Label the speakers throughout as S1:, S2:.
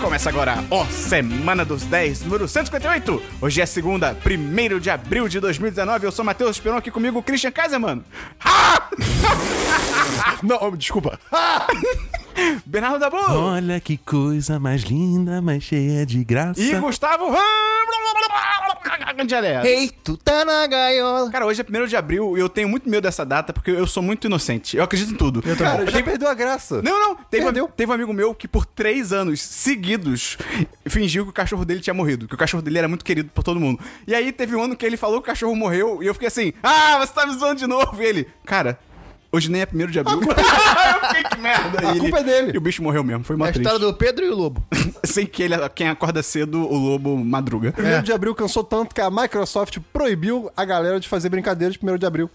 S1: Começa agora, ó, Semana dos 10, número 158. Hoje é segunda, 1 de abril de 2019. Eu sou Matheus Esperon, aqui comigo o Christian Kaiser, mano.
S2: Não, desculpa.
S1: oh, Bernardo Dabu
S3: Olha que coisa mais linda, mais cheia de graça.
S1: e Gustavo de Alex.
S2: Ei, tu tá na gaiola.
S1: Cara, hoje é 1 de abril e eu tenho muito medo dessa data porque eu sou muito inocente. Eu acredito em tudo. Eu
S2: Cara, já perdeu a graça.
S1: Não, não. Teve, um-
S2: Entendeu?
S1: teve um amigo meu que por três anos seguidos fingiu que o cachorro dele tinha morrido. Que o cachorro dele era muito querido por todo mundo. E aí teve um ano que ele falou que o cachorro morreu e eu fiquei assim, ah, você tá me zoando de novo. E ele, cara, hoje nem é 1 de abril. eu fiquei que merda.
S2: A
S1: E
S2: culpa
S1: ele-
S2: é dele.
S1: E o bicho morreu mesmo. Foi
S4: É
S1: uma
S4: a
S1: triste.
S4: história do Pedro e o Lobo.
S1: Sem que ele, quem acorda cedo, o lobo madruga.
S2: 1 de abril cansou tanto que a Microsoft proibiu a galera de fazer brincadeiras de 1 de abril.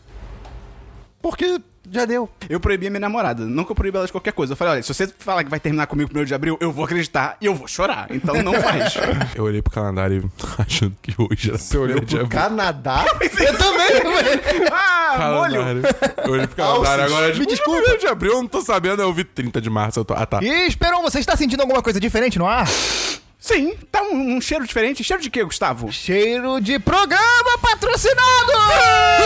S2: Porque já deu.
S1: Eu proibi a minha namorada. Nunca proíbo ela de qualquer coisa. Eu falei, olha, se você falar que vai terminar comigo 1 de abril, eu vou acreditar e eu vou chorar. Então não faz.
S3: Eu olhei pro calendário e- achando que hoje era Você
S2: olhou pro Canadá? Eu também.
S1: ah, molho!
S3: calendário. Eu olhei pro calendário
S2: Alces.
S3: agora.
S2: Me
S3: Tipo,
S2: desculpa.
S3: 1 de abril, eu não tô sabendo. Eu vi 30 de março. Eu tô... Ah, tá.
S4: E Esperon, você está sentindo alguma coisa diferente no ar?
S1: Sim, tá um, um cheiro diferente. Cheiro de quê, Gustavo?
S4: Cheiro de programa patrocinado!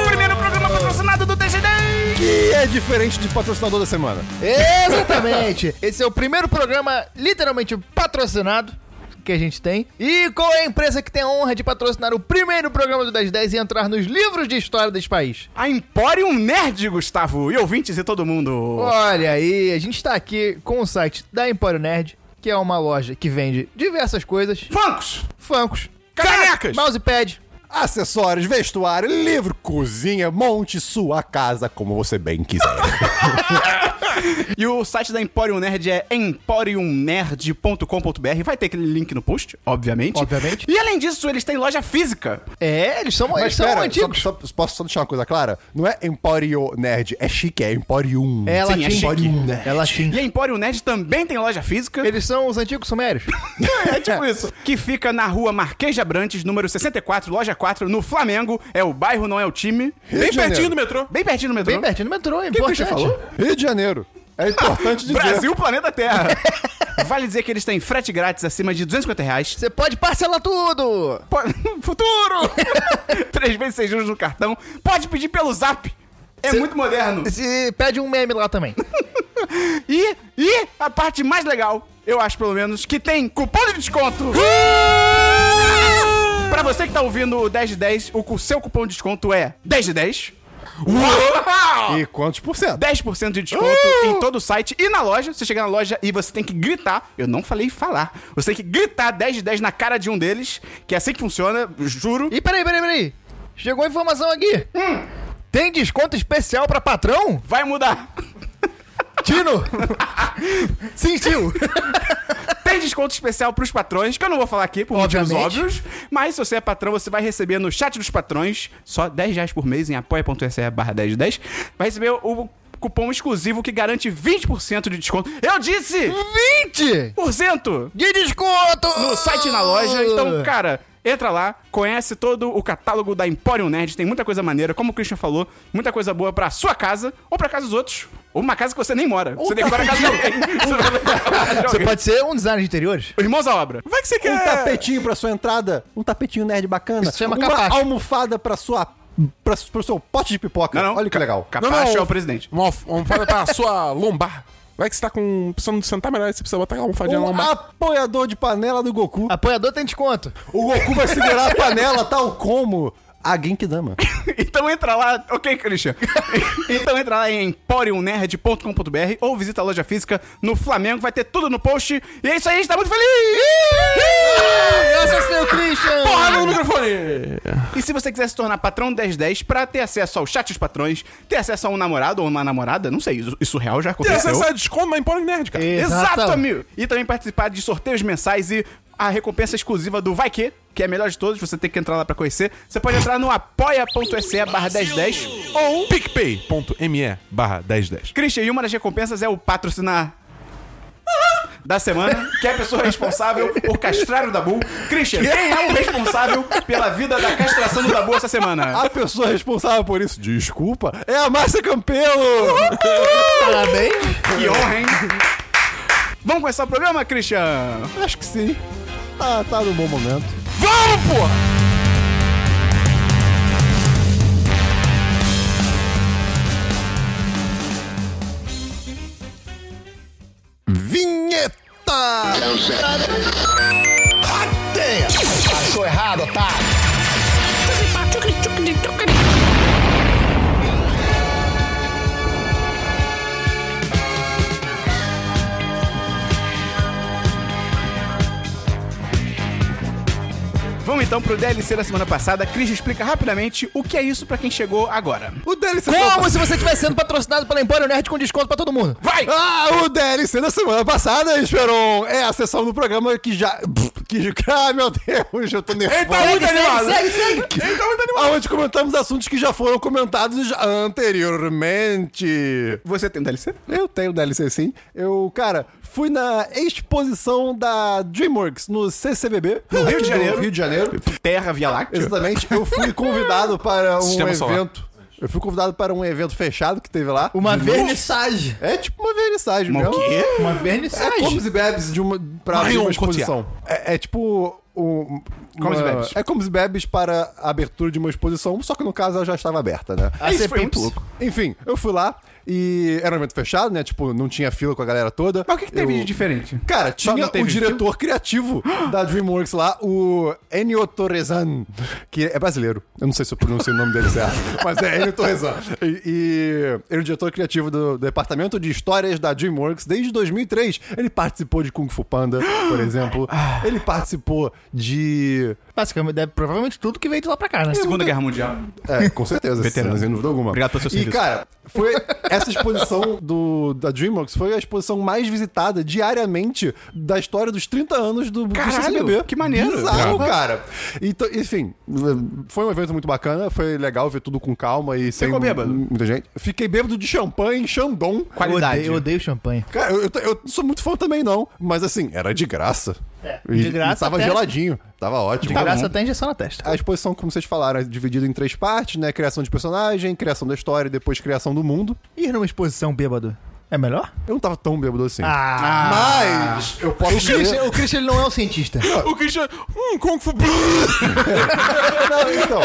S1: O primeiro programa patrocinado do TGD!
S2: Que é diferente de patrocinador da semana.
S4: Exatamente! Esse é o primeiro programa literalmente patrocinado que a gente tem. E qual é a empresa que tem a honra de patrocinar o primeiro programa do 1010 e entrar nos livros de história desse país?
S1: A Emporium Nerd, Gustavo! E ouvintes e todo mundo!
S4: Olha aí, a gente está aqui com o site da Empório Nerd, que é uma loja que vende diversas coisas.
S1: Funkos!
S4: Funkos,
S1: Canecas!
S4: mousepad,
S2: Acessórios, vestuário, livro, cozinha, monte sua casa como você bem quiser.
S1: E o site da Emporium Nerd é emporiumnerd.com.br. Vai ter aquele link no post, obviamente.
S4: Obviamente.
S1: E além disso, eles têm loja física.
S4: É, eles são, eles são
S2: pera,
S4: antigos.
S2: Só, só- posso só deixar uma coisa clara? Não é Emporio Nerd, é chique, é Emporium.
S4: É
S1: Sim, é
S4: latim.
S1: chique.
S4: É, latim.
S1: E a Emporium Nerd também tem loja física.
S4: Eles são os antigos sumérios.
S1: É tipo isso. Que fica na rua Marquês de Abrantes, número 64, loja 4, no Flamengo. É o bairro, não é o time.
S2: Rio
S3: Bem
S2: de
S3: pertinho
S2: Janeiro.
S3: do metrô.
S1: Bem pertinho do metrô.
S4: Bem pertinho do metrô, é
S1: que
S4: importante.
S1: você falou?
S2: Rio de Janeiro. É importante dizer.
S1: Brasil, planeta Terra. Vale dizer que eles têm frete grátis acima de 250 reais.
S4: Você pode parcelar tudo!
S1: Po- Futuro! Três vezes sem juros no cartão. Pode pedir pelo Zap. É muito moderno.
S4: Se pede um meme lá também.
S1: E, e a parte mais legal, eu acho pelo menos, que tem cupom de desconto. Pra você que tá ouvindo o 10 de 10, o cu- seu cupom de desconto é 10 de 10. Uau!
S2: E quantos por cento?
S1: 10% de desconto em
S4: Uh!
S1: todo o site e na loja. Você chega na loja e você tem que gritar. Eu não falei falar. Você tem que gritar 10 de 10 na cara de um deles, que é assim que funciona, juro.
S4: E peraí, peraí, peraí. Chegou informação aqui. Tem desconto especial pra patrão?
S1: Vai mudar.
S4: Tino! Sentiu!
S1: Tem desconto especial pros patrões, que eu não vou falar aqui por motivos
S4: Obviamente.
S1: óbvios. Mas se você é patrão, você vai receber no chat dos patrões, só 10 reais por mês em apoia.se barra 1010. Vai receber o cupom exclusivo que garante 20% de desconto. Eu disse!
S4: 20!
S1: Por cento!
S4: De desconto!
S1: no site e na loja. Então, cara, entra lá, conhece todo o catálogo da Emporium Nerd. Tem muita coisa maneira, como o Christian falou, muita coisa boa pra sua casa ou pra casa dos outros. Ou uma casa que você nem mora. Você decora a casa de alguém. Você vai decorar a casa de
S4: Você
S1: alguém.
S4: pode ser um designer de interiores?
S1: Os Irmãos à obra.
S3: Vai que você
S2: Um
S3: quer...
S2: tapetinho pra sua entrada, um tapetinho nerd bacana,
S4: Isso
S1: um
S4: chama
S2: uma
S4: capacho.
S2: almofada pra sua pra, pro seu pote de pipoca. Olha que
S1: Ca-
S2: legal.
S1: Capacho
S3: Não, não.
S1: é o presidente.
S3: Uma alf- uma almofada pra sua lombar. Vai que você tá com... precisando sentar melhor. aí Você precisa botar aquela almofadinha na
S2: Um
S3: lombar.
S2: apoiador de panela do Goku.
S4: Apoiador tem desconto.
S2: O Goku vai segurar a panela tal como a Genkidama.
S1: Então entra lá, ok, Christian? então entra lá em emporiumnerd.com.br ou visita a loja física no Flamengo, vai ter tudo no post. E é isso aí, a gente tá muito feliz!
S4: Eu assinei o Christian!
S3: Porra, no microfone!
S1: E se você quiser se tornar patrão 1010 pra ter acesso ao chat dos patrões, ter acesso a um namorado ou uma namorada, não sei, isso, isso real já
S3: Tem
S1: aconteceu.
S3: acesso a desconto na Empório Nerd, cara.
S1: Exato,
S4: Exato.
S1: amigo! E também participar de sorteios mensais e a recompensa exclusiva do Vai Que, que é a melhor de todos, você tem que entrar lá pra conhecer. Você pode entrar no apoia.se barra 1010 ou...
S3: PicPay.me barra 1010.
S1: Christian, e uma das recompensas é o patrocinar da semana, que é a pessoa responsável por castrar o Dabu. Christian, quem é o responsável pela vida da castração do Dabu essa semana?
S2: A pessoa responsável por isso, desculpa,
S1: Uhum.
S2: é a Márcia Campelo!
S4: Parabéns!
S1: Que honra, hein? Vamos começar o programa, Christian?
S2: Acho que sim. Tá, tá num bom momento.
S3: Vamos, porra!
S2: Vinheta!
S4: Passou errado, otário.
S1: Vamos então pro DLC da semana passada. Christian explica rapidamente o que é isso pra quem chegou agora.
S2: O DLC
S4: Como se você estivesse sendo patrocinado pela Empório Nerd com desconto pra todo mundo.
S1: Vai!
S2: Ah, o DLC da semana passada, Esperon! É a sessão do programa que já. Que, ah, meu Deus, eu tô nervoso.
S3: Ele tá muito animado!
S4: Segue, segue.
S3: Ele tá muito animado!
S2: Aonde comentamos assuntos que já foram comentados anteriormente.
S1: Você tem um DLC?
S2: Eu tenho DLC sim. Eu, cara, fui na exposição da DreamWorks no CCBB, no
S1: Rio de Janeiro.
S2: Rio de Janeiro.
S1: Terra Via Láctea?
S2: Exatamente. Eu fui convidado para um
S3: Sistema solar.
S2: evento. Eu fui convidado para um evento fechado que teve lá. Uhum.
S4: Uma vernissagem.
S2: É tipo uma vernissagem,
S1: Mas
S2: mesmo.
S1: o quê?
S4: Uma
S2: É
S4: vernissagem.
S2: comes e bebes de uma, pra abrir
S3: Marion
S2: uma exposição. É, é tipo. Um,
S1: Comes e
S2: uma-
S1: bebes.
S2: É comes e bebes para a abertura de uma exposição, só que no caso ela já estava aberta, né?
S4: A
S1: Isso
S4: ser
S1: foi um muito
S4: pips.
S1: louco.
S2: Enfim, eu fui lá e era um evento fechado, né? Tipo, não tinha fila com a galera toda.
S1: Mas o que, que teve
S2: Eu-
S1: de diferente?
S2: Cara,
S1: Só
S2: tinha
S1: não teve
S2: o diretor criativo da DreamWorks lá, o Ennio Torresan, que é brasileiro. Eu não sei se eu pronunciei o nome dele certo, mas é Ennio Torresan. E, e ele é o diretor criativo do, Departamento de Histórias da DreamWorks desde 2003. Ele participou de Kung Fu Panda, por exemplo. Ele participou de...
S4: Basicamente, deve- provavelmente tudo que veio de lá pra cá, né?
S1: Segunda Guerra Mundial.
S2: É, com certeza,
S1: Veterano.
S2: Veterano. sem dúvida alguma.
S1: Obrigado pelo seu
S2: E,
S1: serviço.
S2: cara, foi essa exposição do, da DreamWorks foi a exposição mais visitada diariamente da história dos 30 anos do, do
S1: Caralho,
S2: CCBB.
S1: que maneiro.
S2: Bizarro,
S1: Bravo.
S2: cara. Então, enfim, foi um evento muito bacana, foi legal ver tudo com calma e sem
S1: Ficou bêbado?
S2: muita gente. Fiquei bêbado de champanhe, Xandon.
S1: Qualidade.
S4: Eu odeio, eu odeio champanhe.
S2: Cara, eu, eu- eu não sou muito fã também, não. Mas assim, era de graça.
S4: É, de graça
S2: tava
S4: até-
S2: geladinho. Tava ótimo.
S4: De
S2: Tá
S4: graça
S2: bom.
S4: até injeção na testa.
S2: A exposição, como vocês falaram, é dividida em três partes, né? Criação de personagem, criação da história e depois criação do mundo.
S4: Ir numa exposição bêbado é melhor?
S2: Eu não tava tão bêbado assim.
S4: Ah!
S2: Mas eu posso
S4: O Christian,
S2: dizer...
S4: o Christian ele não é um cientista.
S3: O Christian. Hum, Kung Fu.
S2: Não, então...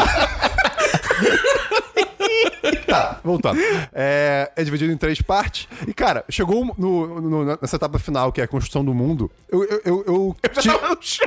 S2: tá, voltando. É, é dividido em três partes. E, cara, chegou um no- no- nessa etapa final, que é a construção do mundo. Eu, eu, eu, eu ti-
S1: Tava no chão.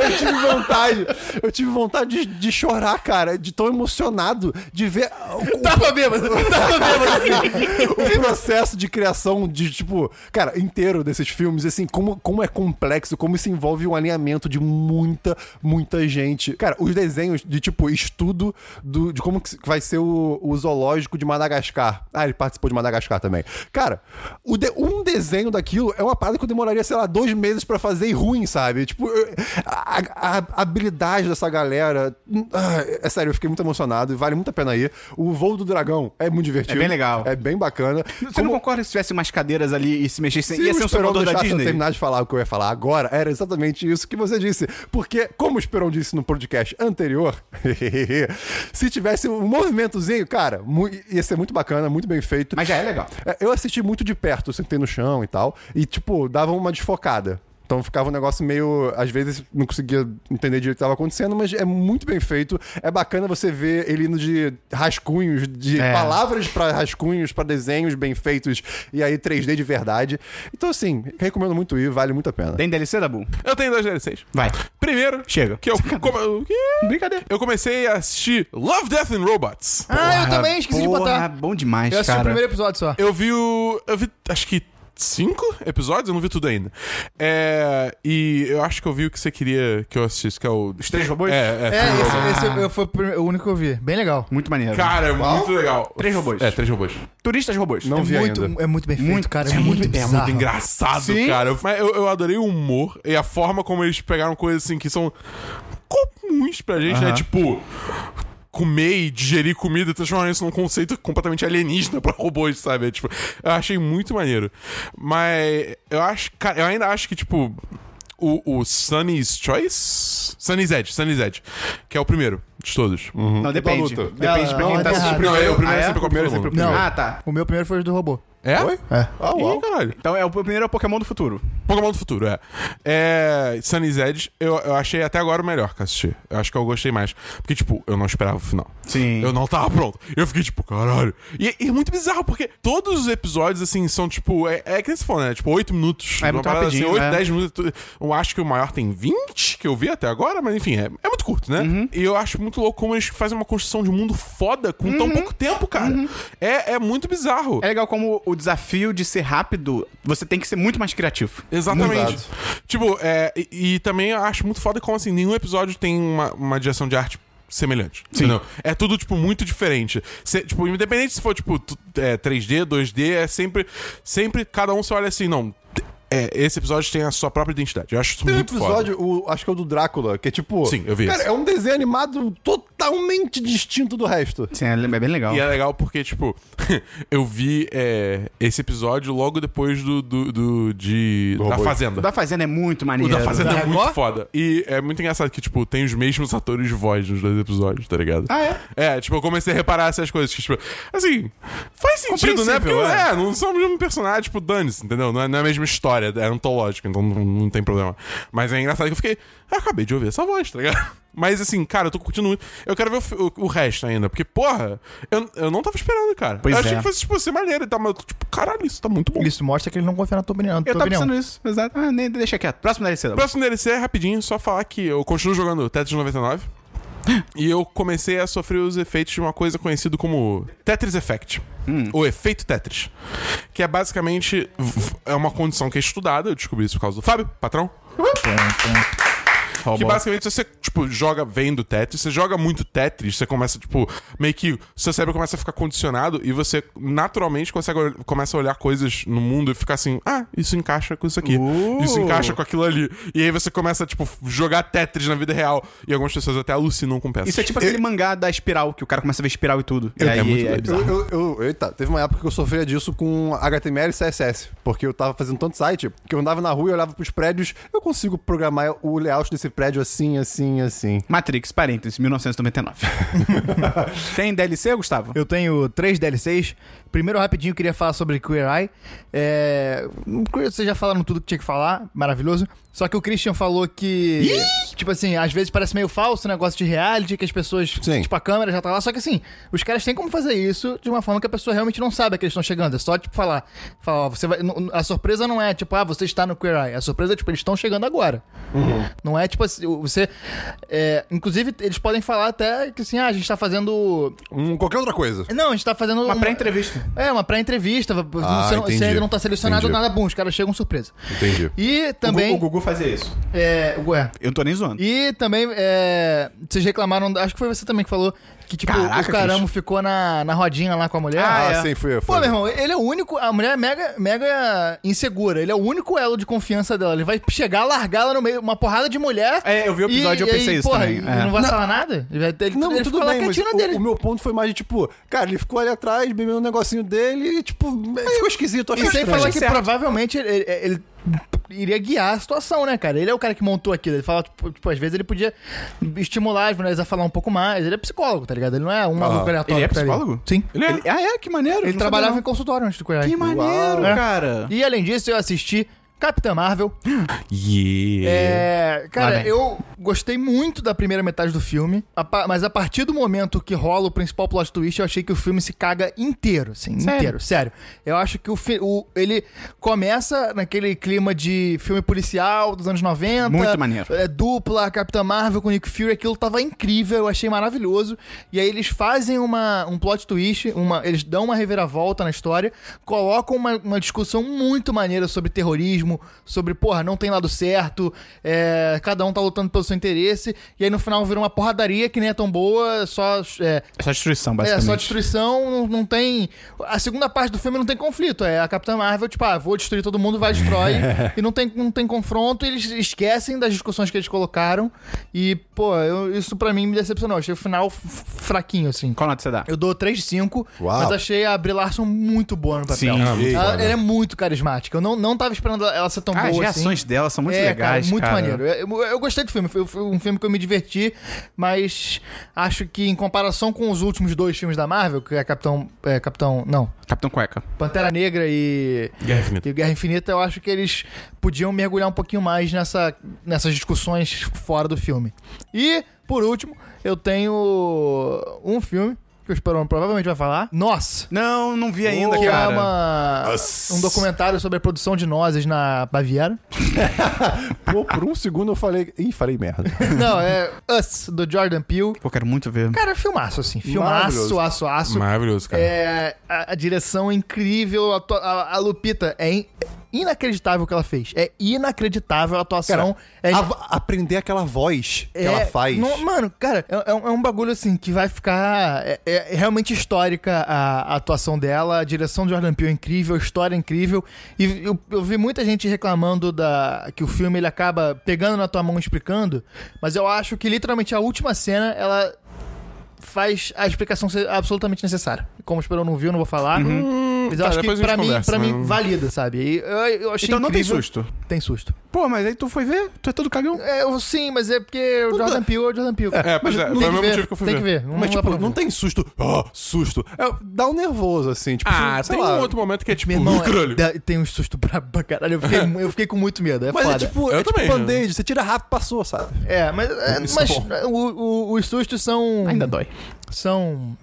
S2: eu tive vontade. Eu tive vontade de, de chorar, cara. De tão emocionado de ver o-
S4: Tava bêbado, tava bêbado.
S2: o processo de criação de, tipo, cara, inteiro desses filmes, assim, como, como é complexo, como isso envolve um alinhamento de muita, muita gente. Cara, os desenhos de, tipo, estudo do, de como que vai ser o, o zoológico de Madagascar. Ah, ele participou de Madagascar também. Cara, o de- um desenho daquilo é uma parada que eu demoraria, sei lá, dois meses pra fazer e ruim, sabe? Tipo, eu- a, a- a habilidade dessa galera. ah, é sério, eu fiquei muito emocionado e vale muito a pena ir. O voo do dragão é muito divertido.
S1: bem legal.
S2: É bem bacana.
S1: Você não concorda que se tivesse mais cadeiras ali e se mexesse?
S2: se
S1: ia
S2: o
S1: ser um
S2: Esperon
S1: salvador da
S2: deixasse eu
S1: Disney?
S2: terminar de falar o que eu ia falar agora, era exatamente isso que você disse. Porque, como o Esperon disse no podcast anterior, se tivesse um movimentozinho, cara, mu- ia ser muito bacana, muito bem feito.
S1: Mas já é legal.
S2: É, Eu assisti muito de perto, sentei no chão e tal, e, tipo, dava uma desfocada. Então ficava um negócio meio. Às vezes não conseguia entender direito o que estava acontecendo, mas é muito bem feito. É bacana você ver ele indo de rascunhos, de
S1: É.
S2: palavras para rascunhos, para desenhos bem feitos, e aí 3D de verdade. Então, assim, recomendo muito ir, vale muito a pena.
S1: Tem DLC, Dabu?
S3: Eu tenho dois DLCs.
S1: Vai.
S3: Primeiro,
S1: Chega.
S3: que eu, come-
S1: Brincadeira.
S3: eu comecei a assistir Love, Death and Robots.
S4: Ah, eu também esqueci de
S1: Porra,
S4: botar.
S1: bom demais,
S4: Eu assisti
S1: cara.
S4: o primeiro episódio só.
S3: Eu vi o. Eu vi, acho que cinco episódios, eu não vi tudo ainda. É. E eu acho que eu vi o que você queria que eu assistisse, que é o. Os
S1: Três Robôs?
S3: É, é.
S4: É, esse, esse eu- foi o prime- o único que eu vi. Bem legal.
S1: Muito maneiro.
S3: Cara, é muito legal.
S1: Três robôs.
S3: É, três robôs.
S1: Turistas robôs.
S2: Não vi
S4: muito,
S2: ainda.
S4: É muito bem feito,
S1: Muito,
S4: cara. É,
S1: é
S4: muito,
S1: muito- é muito
S4: bizarro.
S3: Engraçado,
S1: Sim.
S3: cara. Eu, mas eu, eu adorei o humor e a forma como eles pegaram coisas assim que são comuns pra gente, né? Tipo. Comer e digerir comida e transformar isso num conceito completamente alienígena pra robôs, sabe? É, Tipo, eu achei muito maneiro. Mas eu acho, cara, eu ainda acho que, tipo, o, o Sunny's Choice? Sunny's Edge, Sunny's Edge. Que é o primeiro de todos.
S1: Não, depende.
S2: luta.
S1: Depende
S4: Não,
S1: pra quem
S4: não,
S1: tá
S4: é
S1: assistindo
S4: errado.
S3: Não, é, o primeiro
S1: Ah,
S3: é
S1: é?
S3: sempre com o primeiro.
S2: primeiro é sempre
S3: mundo.
S2: com o
S4: Não.
S1: Ah, tá.
S4: O meu primeiro foi o do robô.
S3: É?
S2: Foi?
S4: É.
S2: Ah, uau.
S3: Ih, caralho.
S1: Então é o primeiro é o Pokémon do futuro.
S3: Pokémon do futuro, é. É. Sunny's Edge, eu, eu achei até agora o melhor que assisti. Eu acho que eu gostei mais. Porque, tipo, eu não esperava o final.
S1: Sim.
S3: Eu não tava pronto. Eu fiquei, tipo, caralho. E, e é muito bizarro, porque todos os episódios, assim, são, tipo. É, é que nem se falou, né? Tipo, 8 minutos.
S1: É
S3: uma
S1: muito
S3: parada
S1: rapidinho,
S3: Assim, 8,
S1: né?
S3: 10 minutos. tu- Eu acho que o maior tem 20 que eu vi até agora, mas enfim, é, é muito curto, né?
S1: Uhum.
S3: E eu acho muito louco como eles fazem uma construção de um mundo foda com
S1: Uhum.
S3: tão pouco tempo, cara. É, é muito bizarro.
S1: É legal como o desafio de ser rápido, você tem que ser muito mais criativo.
S3: Exatamente.
S2: Exato.
S3: Tipo, é, e, e também eu acho muito foda como assim, nenhum episódio tem uma, uma direção de arte semelhante. Entendeu? É tudo, tipo, muito diferente. Cê- tipo, independente se for, tipo, tu- é, 3D, 2D, é sempre. Sempre cada um se olha assim, não. t- é, esse episódio tem a sua própria identidade. Eu acho isso
S2: Tem um
S3: muito foda.
S2: episódio, o- acho que é o do Drácula, que é tipo.
S3: Sim, eu vi
S2: Cara,
S3: esse.
S2: é um desenho animado totalmente distinto do resto.
S1: Sim, é bem legal.
S3: E é legal porque, tipo, eu vi é, esse episódio logo depois do. do, do- de, da
S2: robô.
S1: O
S3: Fazenda.
S1: da Fazenda é muito
S3: O
S1: maneiro.
S3: da Fazenda
S4: Da
S3: é muito
S4: Record?
S3: foda. E é muito engraçado que, tipo, tem os mesmos atores de voz nos dois episódios, tá ligado?
S1: Ah, é?
S3: É, tipo, eu comecei a reparar essas coisas. Que, tipo, assim, faz sentido, né? Porque,
S1: Compreensível, é.
S3: é, não são o mesmo personagem, tipo, dane-se, entendeu? Não é, não é a mesma história, é antológico, então não, não tem problema. Mas é engraçado que eu fiquei, ah, acabei de ouvir essa voz, tá ligado? Mas assim, cara, eu tô curtindo muito. Eu quero ver o, fi- o- o resto ainda, porque, porra, eu, eu não tava esperando, cara.
S1: Pois
S3: eu achei
S1: é.
S3: que fosse, tipo, ser maneiro e tal, mas eu tô, tipo, caralho, isso tá muito bom.
S4: Isso mostra que ele não confia na tua opinião.
S1: Eu tava pensando isso, exato. Ah, nem, deixa quieto. Próximo DLC.
S3: O
S1: Dabu.
S3: próximo DLC é rapidinho, só falar que eu continuo jogando Tetris 99. E eu comecei a sofrer os efeitos de uma coisa conhecida como Tetris Effect. O efeito Tetris. Que é basicamente v- é uma condição que é estudada, eu descobri isso por causa do Fábio, patrão. Que basicamente se você, tipo, joga vendo Tetris, você joga muito Tetris, você começa, tipo, meio que o seu cérebro começa a ficar condicionado e você naturalmente consegue, ol- começa a olhar coisas no mundo e ficar assim, ah, isso encaixa com isso aqui,
S1: Uh!
S3: isso encaixa com aquilo ali. E aí você começa, tipo, jogar Tetris na vida real e algumas pessoas até alucinam com peças.
S1: Isso é tipo aquele mangá da espiral, que o cara começa a ver espiral e tudo. E
S3: É, é muito
S1: é
S3: doido.
S1: bizarro.
S2: Eu, eu, eu- eita, teve uma época que eu sofria disso com HTML e CSS, porque eu tava fazendo tanto site que eu andava na rua e olhava pros prédios, eu consigo programar o layout desse prédio assim, assim, assim.
S1: Matrix, parênteses, 1999. Tem DLC, Gustavo?
S4: Eu tenho três DLCs. Primeiro, rapidinho, eu queria falar sobre Queer Eye. É... Vocês já falaram tudo que tinha que falar, maravilhoso. Só que o Christian falou que. Tipo assim, às vezes parece meio falso o negócio de reality, que as pessoas.
S2: Sim.
S4: Tipo, a câmera já tá lá. Só que assim, os caras têm como fazer isso de uma forma que a pessoa realmente não sabe que eles estão chegando. É só, tipo, falar. falar ó, você vai... n- n- A surpresa não é, tipo, ah, você está no Queer Eye. A surpresa é, tipo, eles estão chegando agora. Não é tipo assim, você. é, inclusive, eles podem falar até que assim, ah, a gente tá fazendo.
S2: Hum, qualquer outra coisa.
S4: Não, a gente tá fazendo.
S1: Uma pré-entrevista.
S4: É, uma pré-entrevista.
S2: Ah,
S4: você, não- você
S2: entendi.
S4: ainda não tá selecionado
S2: Entendi.
S4: nada bom, os caras chegam surpresa.
S2: Entendi.
S4: E também.
S1: O Gugu, o Gugu fazia isso.
S4: É, ué.
S1: Eu não tô nem zoando.
S4: E também, é, vocês reclamaram, acho que foi você também que falou que, tipo,
S1: Caraca,
S4: o caramo ficou na, na rodinha lá com a mulher.
S2: Ah,
S1: Ah, é.
S2: sim, fui eu.
S4: Pô,
S2: fui eu.
S4: meu irmão, ele é o único. A mulher é mega, mega insegura. Ele é o único elo de confiança dela. Ele vai chegar, largar ela no meio, uma porrada de mulher.
S1: É, eu vi o episódio e eu
S4: aí,
S1: pensei isso
S4: porra,
S1: também.
S4: e
S1: É.
S4: não vai falar nada? Ele, vai- ele,
S2: Não,
S4: ele
S2: tudo
S4: ficou lá
S2: bem, mas
S4: quietinho na
S2: o-
S4: dele.
S2: o, meu ponto foi mais de tipo, cara, ele ficou ali atrás, bebendo um negocinho dele e tipo, ficou esquisito, achei
S4: E sem
S2: estranho.
S4: falar que
S1: é Certo.
S4: provavelmente ele, ele- ele iria guiar a situação, né, cara? Ele é o cara que montou aquilo. Ele fala, tipo, tipo, às vezes ele podia estimular as mulheres a falar um pouco mais. Ele é psicólogo, tá ligado? Ele não é um maluco aleatório.
S1: Ele é
S4: que tá ali.
S1: psicólogo?
S4: Sim.
S3: Ele é.
S1: Ele- Ah, é? Que maneiro.
S4: Ele
S1: não
S4: trabalhava em
S1: sabia,
S4: consultório antes do Queer
S1: não.
S4: Eye.
S1: Que maneiro,
S4: É.
S1: cara.
S4: E além disso, eu assisti Capitã Marvel.
S3: Yeah.
S4: É,
S1: Lá
S4: cara,
S1: vem.
S4: eu gostei muito da primeira metade do filme, a pa- mas a partir do momento que rola o principal plot twist, eu achei que o filme se caga inteiro, assim,
S1: Sério?
S4: inteiro, sério. Eu acho que o, fi- o- ele começa naquele clima de filme policial dos anos 90.
S1: Muito maneiro.
S4: É, dupla, Capitã Marvel com Nick Fury, aquilo tava incrível, eu achei maravilhoso. E aí eles fazem uma, um plot twist, uma, eles dão uma reviravolta na história, colocam uma, uma discussão muito maneira sobre terrorismo, sobre, porra, não tem lado certo, é, cada um tá lutando pelo seu interesse, e aí no final vira uma porradaria que nem é tão boa, só é,
S1: É só destruição,
S4: é,
S1: basicamente.
S4: só destruição, não, não tem. A segunda parte do filme não tem conflito. É a Capitã Marvel, tipo, ah, vou destruir todo mundo, vai destrói. e não tem, não tem confronto, e eles esquecem das discussões que eles colocaram. E, pô, eu- isso pra mim me decepcionou. Achei o final f- fraquinho, assim.
S1: Qual nota você dá?
S4: Eu dou 3-5,
S2: Uau.
S4: mas achei a Brie Larson muito boa no papel.
S1: Sim.
S4: Ela,
S2: Eita,
S4: ela é muito carismática. Eu não, não tava esperando ela, ela ser tão
S1: Ah, as
S4: boa
S1: reações
S4: assim.
S1: dela são muito
S4: é,
S1: legais,
S4: cara, muito
S1: cara.
S4: maneiro. Eu, eu- eu gostei do filme, foi, foi um filme que eu me diverti, mas acho que em comparação com os últimos dois filmes da Marvel, que é Capitão, é, Capitão, não,
S1: Capitão Cueca.
S4: Pantera Negra e
S3: Guerra Infinita.
S4: e Guerra Infinita, eu acho que eles podiam mergulhar um pouquinho mais nessa, nessas discussões fora do filme. E, por último, eu tenho um filme que o Esperon provavelmente vai falar. Nós!
S1: Não, não vi ainda,
S4: que
S1: cara.
S4: é uma- um documentário sobre a produção de nozes na Baviera.
S2: Pô, por um segundo eu falei. Ih, falei merda.
S4: Não, é Us, do Jordan Peele.
S1: Pô, quero muito ver.
S4: Cara, filmaço, assim. Filmaço,
S2: Maravilhoso.
S4: aço, aço.
S3: Maravilhoso, cara.
S4: É, a, a direção é incrível, a, atua- a- a Lupita é in- inacreditável o que ela fez. É inacreditável a atuação. é
S2: A- aprender aquela voz que ela faz.
S4: não- mano, cara, é, é um, é um bagulho assim que vai ficar. É, é- é realmente histórica a, a atuação dela, a direção de Jordan Peele é incrível, a história é incrível. E eu, eu vi muita gente reclamando da que o filme ele acaba pegando na tua mão e explicando, mas eu acho que literalmente a última cena ela faz a explicação ser absolutamente necessária. Como o Esperão não viu, eu não vou falar. Mas eu
S3: Tá,
S4: acho que
S3: depois a gente
S4: pra mim,
S3: conversa,
S4: pra
S3: né?
S4: mim valida, sabe? E eu, eu achei
S1: Então não tem
S4: incrível.
S1: susto.
S4: Tem susto.
S1: Pô, mas aí tu foi ver? Tu é todo cagão.
S4: É, eu- sim, mas é porque o Jordan Peele é o Jordan Peele.
S3: É, pois é, foi
S4: Tem
S3: o
S4: que
S3: mesmo
S4: ver,
S3: motivo que eu fui
S4: Tem
S3: ver.
S4: que ver. Não
S2: Mas,
S4: dá pra
S2: tipo,
S4: ver.
S2: não tem susto. ó, susto. É, dá um nervoso, assim. Tipo,
S3: Ah,
S2: sei
S3: tem
S2: lá.
S3: um outro momento que é tipo.
S4: Meu irmão,
S3: "Ih, caralho."
S4: é- dá- tem um susto brabo pra caralho. Eu fiquei, eu fiquei com muito medo. É
S2: Mas
S4: foda.
S2: é tipo,
S3: Eu
S2: é tipo
S3: também, né?
S2: band-aid. Você tira rápido, passou, sabe?
S4: É, mas, é,
S3: Isso
S4: mas
S3: é
S4: o- o- os sustos são.
S1: Ainda dói.
S4: São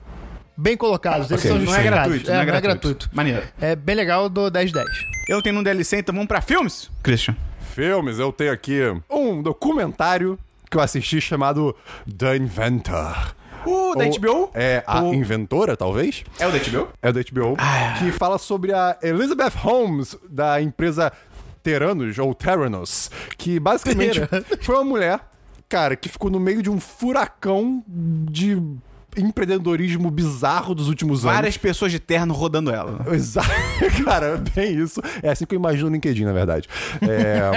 S4: bem colocados. Eles
S2: Ok,
S4: são
S2: não é
S1: Não é
S4: justificados.
S1: gratuito,
S4: não é gratuito.
S1: Maneiro.
S4: É bem legal do 1010.
S1: Eu tenho um DLC, então vamos pra filmes? Christian.
S2: Filmes, eu tenho aqui um documentário que eu assisti chamado The Inventor.
S1: O Uh, da
S2: Ou-
S1: HBO?
S2: É, a
S1: Ou-
S2: inventora, talvez.
S1: É o da HBO?
S2: É do HBO. Que fala sobre a Elizabeth Holmes, da empresa Teranos, ou Terranos. Que basicamente foi uma mulher, cara, que ficou no meio de um furacão de empreendedorismo bizarro dos últimos anos.
S1: Várias pessoas de terno rodando ela.
S2: Exato. Cara, bem isso. É assim que eu imagino o LinkedIn, na verdade. É,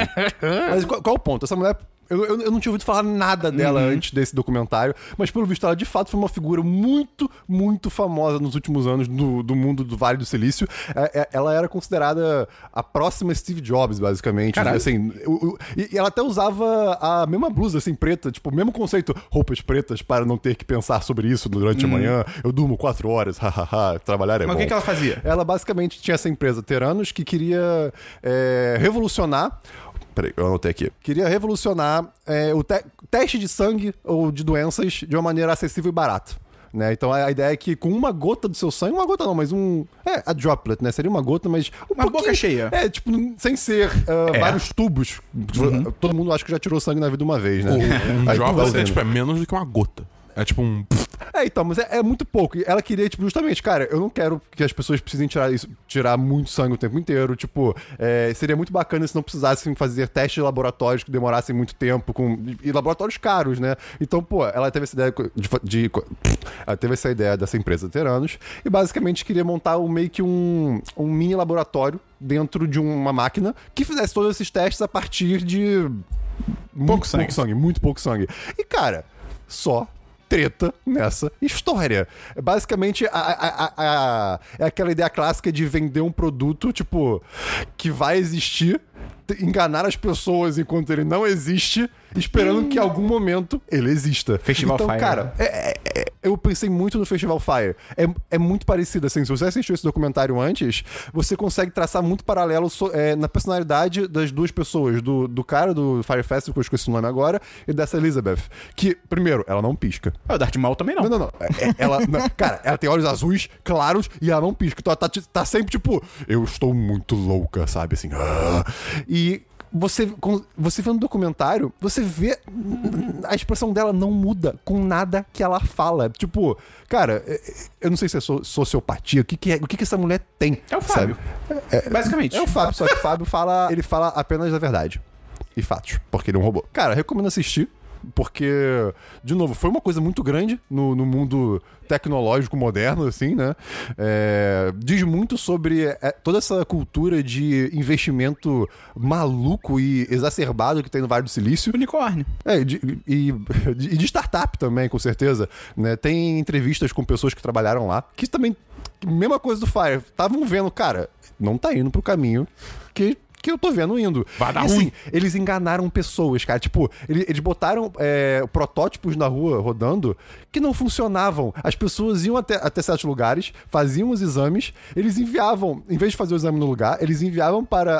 S2: Mas qual, qual o ponto? Essa mulher. Eu, eu, eu não tinha ouvido falar nada dela
S1: Uhum.
S2: antes desse documentário, mas pelo visto ela de fato foi uma figura muito, muito famosa nos últimos anos do, do mundo do Vale do Silício. É, é, ela era considerada a próxima Steve Jobs, basicamente.
S1: Caralho.
S2: Assim, o- o- e, e ela até usava a mesma blusa, assim, preta, tipo, o mesmo conceito, roupas pretas para não ter que pensar sobre isso durante a manhã. Eu durmo quatro horas, hahaha, trabalhar é
S1: Hum. Mas o
S2: bom.
S1: que que ela fazia?
S2: Ela basicamente tinha essa empresa Teranos que queria é, revolucionar. Peraí, eu anotei aqui. Queria revolucionar é, o te- teste de sangue ou de doenças de uma maneira acessível e barata. Né? Então a a ideia é que com uma gota do seu sangue, uma gota não, mas um. É, a droplet, né? Seria uma gota, mas. um
S1: Uma boca
S2: pouquinho-
S1: cheia. É.
S2: É, tipo, sem ser ah, vários tubos.
S1: Uhum.
S2: Todo mundo acha que já tirou sangue na vida uma vez, né?
S3: Um
S2: Aí tu vai
S3: Droplets é
S2: usando.
S3: tipo, é menos do que uma gota. É tipo um.
S2: É, então, mas é, é muito pouco. E Ela queria, tipo, justamente, cara, eu não quero que as pessoas precisem tirar isso, tirar muito sangue o tempo inteiro. Tipo, é, seria muito bacana se não precisassem fazer testes de laboratórios que demorassem muito tempo, com, e, e laboratórios caros, né? Então, pô, ela teve essa ideia de. fa- de- ela teve essa ideia dessa empresa Teranos e basicamente queria montar um, meio que um, um mini laboratório dentro de uma máquina que fizesse todos esses testes a partir de muito pouco sangue. muito pouco sangue. E, cara, só treta nessa história. É Basicamente, a, a- a- a- é aquela ideia clássica de vender um produto, tipo, que vai existir, t- enganar as pessoas enquanto ele não existe, esperando que em algum momento ele exista.
S1: Festival
S2: então,
S1: Fire.
S2: cara, é- é- é- eu pensei muito no Festival Fire. É, é muito parecido, assim. Se você assistiu esse documentário antes, você consegue traçar muito paralelo so- é, na personalidade das duas pessoas, do, do cara do Fire Festival, que eu esqueci o nome agora, e dessa Elizabeth. Que, primeiro, ela não pisca.
S1: Ah, o Darth Maul também não.
S2: Não, não, não. É- é- Ela, não, Cara, ela tem olhos azuis, claros, e ela não pisca. Então ela tá, ti- tá sempre tipo, eu estou muito louca, sabe? Assim. "Ah". E você, com- você vê no documentário, você vê. A expressão dela não muda com nada que ela fala. Tipo, cara, é- é- eu não sei se é so- sociopatia. O que, que é- o que, que essa mulher tem?
S1: É o Fábio.
S2: sabe?
S1: Basicamente.
S2: É o Fábio, só que o Fábio fala. Ele fala apenas da verdade. E fatos, porque ele é um robô. Cara, recomendo assistir. Porque, de novo, foi uma coisa muito grande no, no mundo tecnológico moderno, assim, né? É, diz muito sobre é, toda essa cultura de investimento maluco e exacerbado que tem no Vale do Silício.
S1: Unicórnio.
S2: É, e de, e, de- e de startup também, com certeza. né? Tem entrevistas com pessoas que trabalharam lá, que também, mesma coisa do Fire, estavam vendo, cara, não tá indo pro caminho que que eu tô vendo indo.
S3: Vai dar
S2: E, assim,
S3: ruim.
S2: Eles enganaram pessoas, cara. Tipo, ele- eles botaram é, protótipos na rua rodando que não funcionavam. As pessoas iam até, até certos lugares, faziam os exames, eles enviavam, em vez de fazer o exame no lugar, eles enviavam para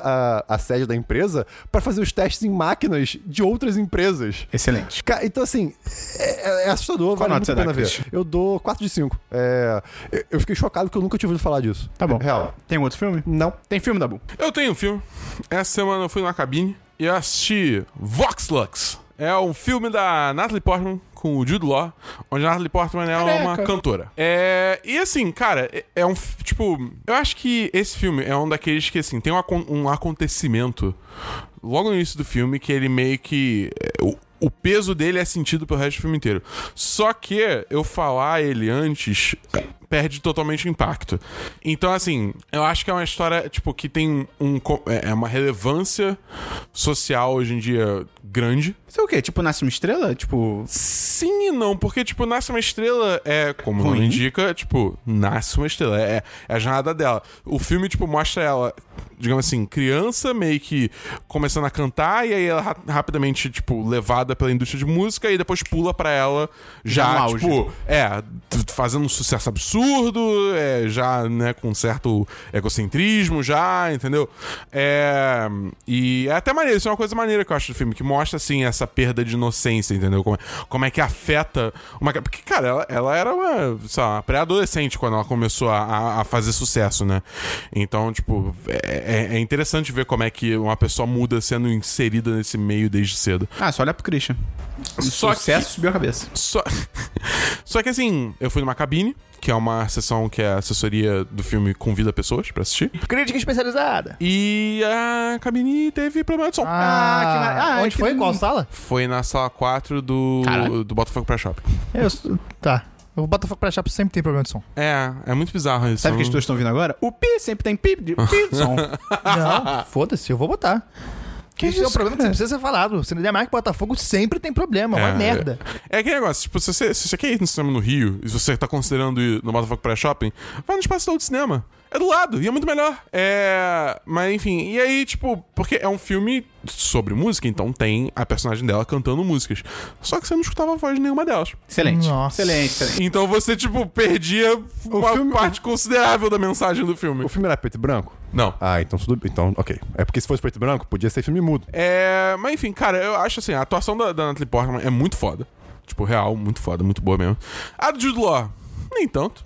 S2: a, a sede da empresa para fazer os testes em máquinas de outras empresas.
S1: Excelente.
S2: Ca- Então, assim, é, é- é assustador, vale
S1: nota
S2: muito
S1: você
S2: a pena
S1: dá,
S2: ver.
S1: Christian?
S2: Eu dou 4 de 5. É, eu- eu fiquei chocado porque eu nunca tinha ouvido falar disso.
S1: Tá bom.
S2: Real.
S1: Tem outro filme?
S2: Não.
S1: Tem filme, Dabu?
S3: Eu tenho um filme. Essa semana eu fui na cabine e eu assisti Vox Lux. É um filme da Natalie Portman com o Jude Law, onde a Natalie Portman é uma cantora. É, e assim, cara, é, é um. f- Tipo, eu acho que esse filme é um daqueles que, assim, tem um, acon- um acontecimento logo no início do filme que ele meio que. é, o- o peso dele é sentido pelo resto do filme inteiro. Só que eu falar ele antes é, perde totalmente o impacto. Então, assim, eu acho que é uma história, tipo, que tem um, co- é é uma relevância social hoje em dia grande.
S1: Isso é o quê? Tipo, Nasce uma Estrela? Tipo...
S3: Sim e não, porque, tipo, Nasce uma Estrela é, como o nome indica, tipo, Nasce uma Estrela, é, é a jornada dela. O filme, tipo, mostra ela, digamos assim, criança, meio que começando a cantar, e aí ela ra- rapidamente, tipo, levada pela indústria de música, e depois pula pra ela já,
S1: No auge.
S3: tipo, é, t- t- fazendo um sucesso absurdo, é, já, né, com certo egocentrismo já, entendeu? É, e é até maneiro, isso é uma coisa maneira que eu acho do filme, que mostra, assim, essa perda de inocência, entendeu? Como, é- como é que afeta uma... ca- Porque, cara, ela, ela era uma, sei lá, uma pré-adolescente quando ela começou a- a, a fazer sucesso, né? Então, tipo, é, é- é interessante ver como é que uma pessoa muda sendo inserida nesse meio desde cedo.
S1: Ah, só olha pro Christian. Um
S3: Só
S1: Sucesso subiu a cabeça.
S3: Só... Só que assim, eu fui numa cabine, que é uma sessão que a assessoria do filme convida pessoas pra assistir.
S4: Crítica especializada.
S3: E a cabine teve problema de som.
S1: Ah, que mara- ah,
S4: onde
S1: que
S4: foi?
S1: lindo.
S4: Qual sala?
S3: Foi na sala 4 do,
S1: Caralho.
S3: do Botafogo pra Shopping.
S4: Eu, tá. O Botafogo pra Chapa sempre tem problema de som.
S3: É, é muito bizarro isso.
S1: Sabe o que as pessoas estão ouvindo agora? O pi sempre tem pi de pi de som.
S4: Não, foda-se, eu vou botar.
S1: Que
S4: Esse é um
S1: isso,
S4: problema que
S1: cara?
S4: você precisa ser falado. O cinema que Botafogo sempre tem problema, é uma
S3: É.
S4: merda.
S3: É aquele negócio, tipo, se você, se você quer ir no cinema no Rio e você tá considerando ir no Botafogo Pré Shopping, vai no espaço do Outro cinema. É do lado, e é muito melhor. É. Mas enfim, e aí, tipo, porque é um filme sobre música, então tem a personagem dela cantando músicas. Só que você não escutava a voz de nenhuma delas.
S1: Excelente.
S4: Nossa.
S1: Excelente, excelente.
S3: Então você, tipo, perdia uma
S2: filme-
S3: parte considerável da mensagem do filme.
S2: O filme era preto e branco?
S3: Não.
S2: Ah, então tudo Então, ok. É porque se fosse preto e branco, podia ser filme mudo.
S3: É, mas enfim, cara, eu acho assim, a atuação da, da Natalie Portman é muito foda. Tipo, real, muito foda, muito boa mesmo. A do Jude Law, nem tanto.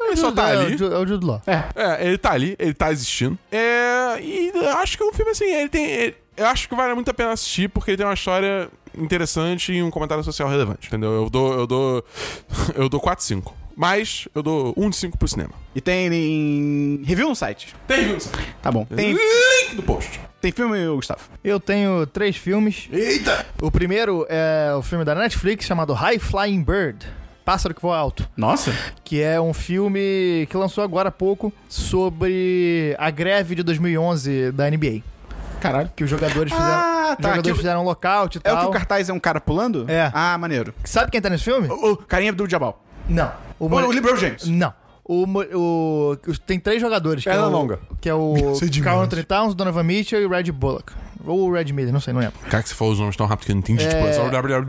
S3: Ele só tá
S4: É o
S3: ali.
S4: Ju- É o Jude Law.
S3: É, ele tá ali, ele tá existindo. É, e eu acho que é um filme assim, ele tem... ele- eu acho que vale muito a pena assistir, porque ele tem uma história interessante e um comentário social relevante, entendeu? Eu dou... Eu dou... Eu dou 4 5. Mas eu dou 1 de 5 pro cinema.
S1: E tem em... review no site.
S3: Tem
S1: Tá bom. Tem,
S3: link do post.
S1: tem filme, Gustavo?
S4: Eu tenho três filmes.
S3: Eita!
S4: O primeiro é o filme da Netflix chamado High Flying Bird. Pássaro que voa alto.
S1: Nossa.
S4: que é um filme que lançou agora há pouco sobre a greve de 2011 da NBA.
S1: Caralho.
S4: Que os jogadores fizeram,
S1: Ah,
S4: os
S1: tá.
S4: jogadores
S1: Que-
S4: fizeram um lockout e
S1: É o
S4: tal.
S1: que o cartaz é um cara pulando?
S4: É.
S1: Ah, maneiro.
S4: Sabe quem tá nesse filme?
S1: O, o Carinha Abdul Jabal.
S4: Não. O,
S1: O,
S4: mole-
S1: o LeBron James.
S4: Não. O, mo- o, os- tem três jogadores. Que
S2: Perna
S4: é o,
S2: longa.
S4: Que é o
S3: Sei demais.
S4: Carl Anthony Towns, Donovan Mitchell e o Red Bullock. Ou o Red Miller, não sei, não lembro.
S3: Cara, que você falou os nomes tão rápido que eu não entendi.
S4: É.
S3: Tipo, é só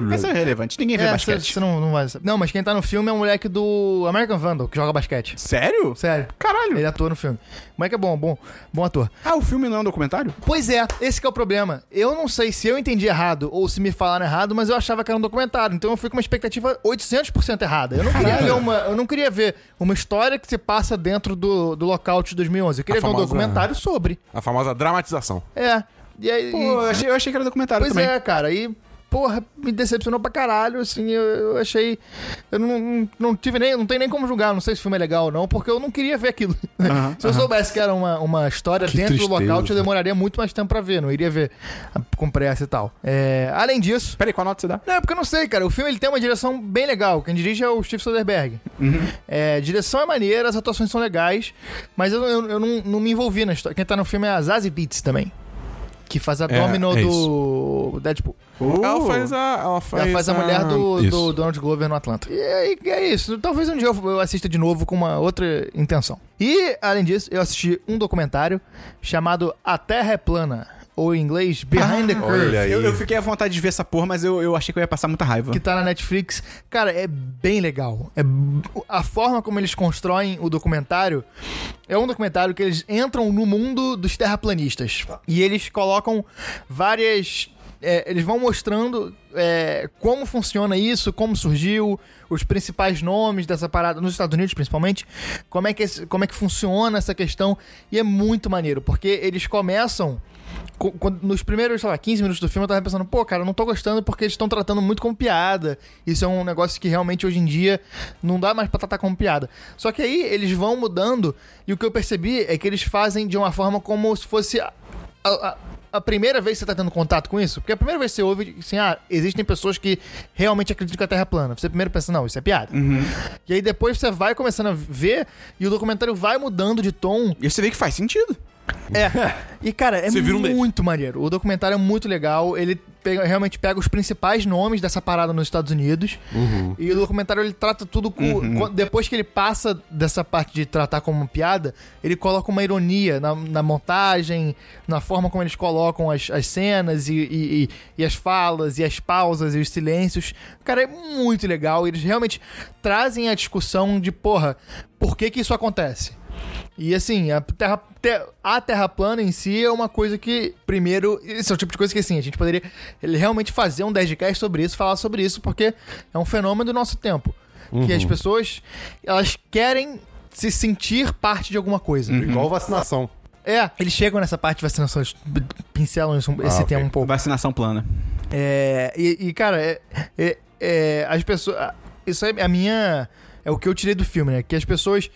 S1: Mas é
S3: o
S1: irrelevante. Ninguém vê
S4: É,
S1: basquete.
S4: você não, não vai saber. Não, mas quem tá no filme é um moleque do American Vandal, que joga basquete.
S1: Sério?
S4: Sério.
S1: Caralho.
S4: Ele atua no filme. O moleque é bom, bom, bom ator.
S1: Ah, o filme não é um documentário?
S4: Pois é, esse que é o problema. Eu não sei se eu entendi errado ou se me falaram errado, mas eu achava que era um documentário. Então eu fui com uma expectativa 800% errada. Eu não, queria ver uma, eu não queria ver uma história que se passa dentro do, do lockout de 2011. Eu queria
S3: A
S4: ver um
S3: famosa-
S4: documentário sobre.
S3: A famosa dramatização.
S4: É. E aí,
S1: Pô,
S4: e-
S1: eu achei, eu achei que era documentário
S4: pois
S1: também.
S4: é, cara. E, porra, me decepcionou pra caralho. Assim, eu, eu achei. Eu não, não, não tive nem. Não tem nem como julgar. Não sei se o filme é legal ou não, porque eu não queria ver aquilo.
S1: Aham,
S4: Se eu soubesse que era uma, uma história
S2: Que
S4: dentro do
S2: tristeza.
S4: lockout, eu demoraria muito mais tempo pra ver, não iria ver com pressa e tal. É, além disso.
S1: Peraí, qual nota você dá?
S4: Não, é porque eu não sei, cara. O filme ele tem uma direção bem legal. Quem dirige é o Steve Soderbergh.
S3: Uhum.
S4: É, direção é maneira, as atuações são legais, mas eu, eu- eu não, não me envolvi na história. Quem tá no filme é a Zazie Beats também, que faz a
S3: É,
S4: Domino
S3: é
S4: do Deadpool.
S1: Ah,
S3: Ela faz a. Ela faz,
S4: Ela faz a mulher do,
S3: Isso.
S4: do Donald Glover no Atlanta. E é, é isso. Talvez um dia eu eu assista de novo com uma outra intenção. E E, além disso, eu assisti um documentário chamado A Terra é Plana, ou em inglês Behind the Curve.
S2: Olha aí.
S1: Eu, eu fiquei à vontade de ver essa porra, mas eu, eu achei que eu ia passar muita raiva.
S4: que tá na Netflix. Cara, é bem legal. É a forma como eles constroem o documentário é um documentário que eles entram no mundo dos terraplanistas e eles colocam várias é, eles vão mostrando é, como funciona isso, como surgiu, os principais nomes dessa parada, nos Estados Unidos principalmente, como é que, esse- como é que funciona essa questão. E é muito maneiro, porque eles começam Co- quando- nos primeiros, sei lá, 15 minutos do filme, eu tava pensando, pô, cara, eu não tô gostando porque eles estão tratando muito como piada. Isso é um negócio que realmente hoje em dia não dá mais pra tratar como piada. Só que aí eles vão mudando e o que eu percebi é que eles fazem de uma forma como se fosse a, a- a primeira vez que você tá tendo contato com isso. Porque a primeira vez que você ouve, assim, ah, existem pessoas que realmente acreditam que a Terra é plana. Você primeiro pensa, não, isso é piada. E aí depois você vai começando a ver e o documentário vai mudando de tom
S1: E você vê que faz sentido.
S4: é. E, cara, é
S3: Você vira um deles.
S4: muito maneiro. O documentário é muito legal. Ele pega- realmente pega os principais nomes dessa parada nos Estados Unidos.
S3: Uhum.
S4: E o documentário ele trata tudo com. quan- Depois que ele passa dessa parte de tratar como uma piada, ele coloca uma ironia na, na montagem, na forma como eles colocam as, as cenas e, e- e- e as falas, e as pausas e os silêncios. Cara, é muito legal. Eles realmente trazem a discussão de, porra, por que, que isso acontece? E assim, a terra, te- a terra plana em si é uma coisa que, primeiro, esse é o tipo de coisa que assim, a gente poderia ele realmente fazer um 10 de cast sobre isso, falar sobre isso, porque é um fenômeno do nosso tempo. Que as pessoas, elas querem se sentir parte de alguma coisa.
S2: Igual vacinação.
S4: É, eles chegam nessa parte de vacinação, eles pincelam isso- esse
S2: ok.
S4: tema um pouco.
S1: Vacinação plana.
S4: É, e, e, cara, é, é- é, as pessoas. a- Isso é a minha. É o que eu tirei do filme, né? Que as pessoas.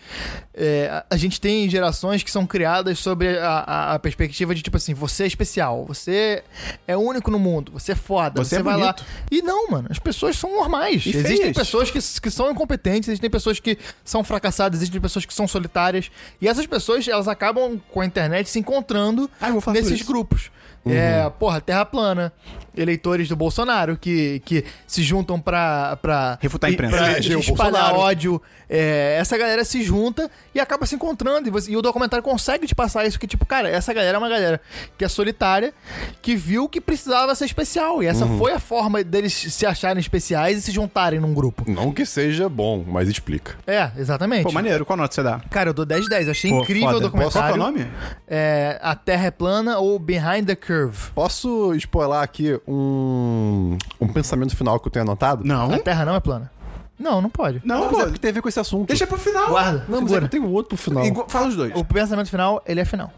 S4: é, a- a gente tem gerações que são criadas sobre a, a- a perspectiva de tipo assim: você é especial, você é único no mundo, você é foda,
S1: Você
S4: você,
S1: é
S4: vai lá.
S1: bonito.
S4: E não, mano, as pessoas são normais.
S1: E
S4: existem
S1: feias.
S4: pessoas que, s- que são incompetentes, existem pessoas que são fracassadas, existem pessoas que são solitárias. E essas pessoas, elas acabam com a internet se encontrando
S1: Ah, eu vou falar sobre
S4: nesses
S1: isso. Uhum.
S4: grupos. É, porra, Terra Plana, eleitores do Bolsonaro que, que se juntam pra, pra
S1: Refutar a
S4: e-
S1: imprensa.
S4: pra
S2: Eleger o
S4: espalhar
S2: Bolsonaro.
S4: ódio. É, essa galera se junta e acaba se encontrando. E, você- e o documentário consegue te passar isso: que, tipo, cara, essa galera é uma galera que é solitária, que viu que precisava ser especial. E essa
S1: Uhum.
S4: foi a forma deles se acharem especiais e se juntarem num grupo.
S2: Não que seja bom, mas explica.
S4: É, exatamente.
S1: Pô, maneiro, qual nota você dá?
S4: Cara, eu dou 10 de 10. Achei
S1: Pô,
S4: incrível
S1: foda.
S4: o documentário.
S1: Qual é o nome?
S4: É, a Terra é Plana ou Behind the Curve.
S2: Posso spoiler aqui um, um pensamento final que eu tenho anotado?
S4: A
S1: Não.
S4: Terra não é plana. Não, não pode.
S1: Não,
S2: Não,
S1: pô.
S2: mas é porque tem a ver com esse assunto.
S1: Deixa pro final.
S4: Guarda.
S2: Não, mas é
S4: segura.
S2: que tem outro final.
S1: Igual- fala os dois.
S4: O pensamento final, ele é final.